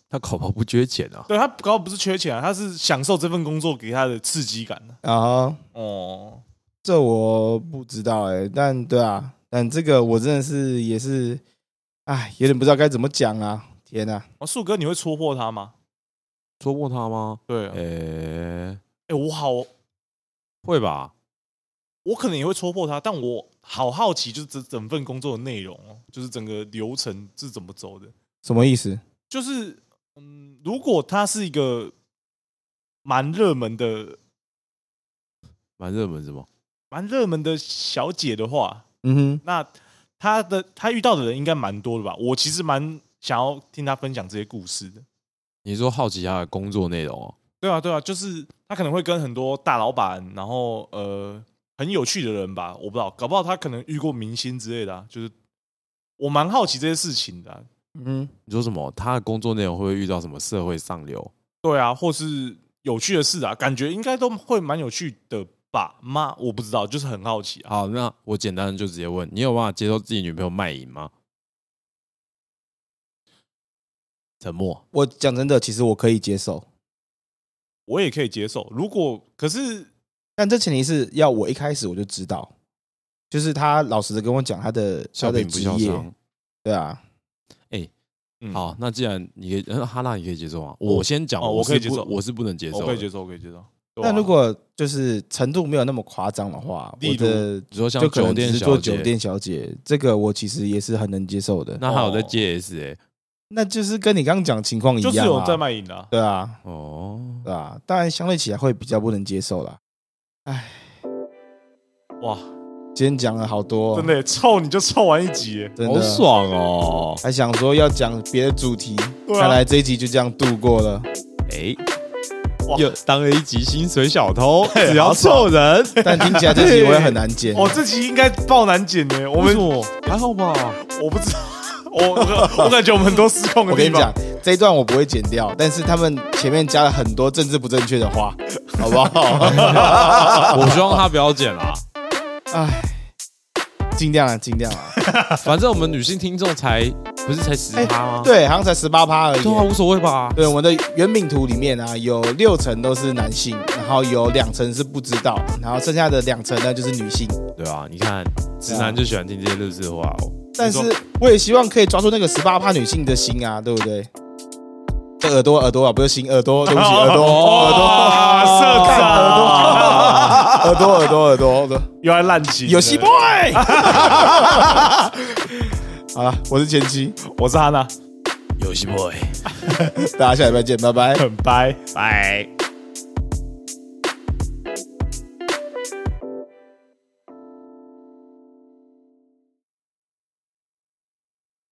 S1: 他口头不缺钱啊，
S2: 对他搞不是缺钱啊，他是享受这份工作给他的刺激感啊
S3: 啊，
S2: 哦，
S3: 这我不知道哎，但对啊，但这个我真的是也是，哎，有点不知道该怎么讲啊。天呐、
S2: 哦树哥，你会戳破他吗？
S1: 戳破他吗？
S2: 对啊，
S1: 呃、
S2: 哎，我好，
S1: 会吧？
S2: 我可能也会戳破它，但我好好奇，就是整整份工作的内容哦，就是整个流程是怎么走的。
S3: 什么意思？
S2: 就是嗯，如果它是一个蛮热门的、
S1: 蛮热门是吗？
S2: 蛮热门的小姐的话，
S3: 嗯哼，
S2: 那她的她遇到的人应该蛮多的吧？我其实蛮想要听她分享这些故事的。
S1: 你说好奇他的工作内容哦？
S2: 对啊，对啊，就是她可能会跟很多大老板，然后呃，很有趣的人吧，我不知道，搞不好她可能遇过明星之类的、啊，就是我蛮好奇这些事情的啊、
S3: 嗯
S1: 你说什么？他的工作内容会不会遇到什么社会上流？
S2: 对啊，或是有趣的事啊，感觉应该都会蛮有趣的吧？妈，我不知道，就是很好奇啊。
S1: 好，那我简单的就直接问，你有办法接受自己女朋友卖淫吗？沉默。
S3: 我讲真的，其实我可以接受，
S2: 我也可以接受。如果可是
S3: 但这前提是要我一开始我就知道，就是他老实的跟我讲他的他
S1: 小
S3: 的
S1: 品不
S3: 职
S1: 嚣
S3: 业
S1: 张，。
S3: 对啊，
S2: 嗯
S1: 好，那既然你可以，呃哈娜你可以接受吗？我先讲，
S2: 哦
S1: 我
S2: 我
S1: 是
S2: 可以接
S1: 不
S2: 受哦
S1: 我是不能接受
S2: 我
S1: 的。
S2: 可以接受，我可以接受。对啊
S3: 但如果就是程度没有那么夸张的话，
S2: 例
S3: 我
S2: 如
S3: 的
S1: 你说像
S3: 就可
S1: 酒
S3: 能
S1: 店
S3: 只是
S1: 小
S3: 做
S1: 姐
S3: 酒，店小姐，这个我其实也是很能接受的。那
S1: 那还有在
S2: 哦
S1: JS 哎、
S3: 就是跟你刚刚讲情况一
S2: 就是
S3: 样、
S2: 有
S3: 啊，
S2: 在卖淫的啊、
S3: 对啊，
S1: 哦，
S3: 对啊，当然相对起来会比较不能接受啦。唉，
S2: 哇，
S3: 今天讲了好多、
S2: 真的耶臭你就臭完一集耶，
S3: 真
S1: 好
S3: 的，
S1: 爽哦！
S3: 还想说要讲别的主题，
S2: 对啊
S3: 看来这一集就这样度过 了。
S1: 哎、
S2: 哇
S1: 又当了一级薪水小偷，啊只要
S2: 好爽
S1: 臭人，
S3: 但听起来这集我也很难剪，
S2: 哦，这集应该爆难剪的。我
S1: 为
S2: 们
S1: 什么还好吧？
S2: 我不知道，我我我感觉我们很多失控的
S3: 我跟
S2: 地
S3: 你讲
S2: 方。，
S3: 这一段我不会剪掉，但是他们前面加了很多政治不正确的话，好不 好？
S1: 我希望他不要剪啦，
S3: 唉，尽量啊，尽量啊。
S1: 反正我们女性听众才不是才十
S3: 哎
S1: 趴吗？
S3: 对，好像才十八趴而已。
S1: 对啊，无所谓吧？
S3: 对，我们的原饼图里面啊，有六成都是男性，然后有两成是不知道，然后剩下的两成呢就是女性。
S1: 对啊，你看直男就喜欢听这些日式话哦。
S3: 但是我也希望可以抓住那个十八趴女性的心啊，对不对？这耳朵耳朵啊，不是心耳朵，对不起耳 朵耳朵
S2: 哇社
S3: 干
S2: 长
S3: 耳朵耳朵耳朵耳朵
S2: 又来烂情，
S3: 有戏 boy。好了，我是前妻，
S2: 我是哈娜，
S1: 游戏 boy，
S3: 大家下礼拜见，拜拜。
S2: 很掰。
S1: 拜。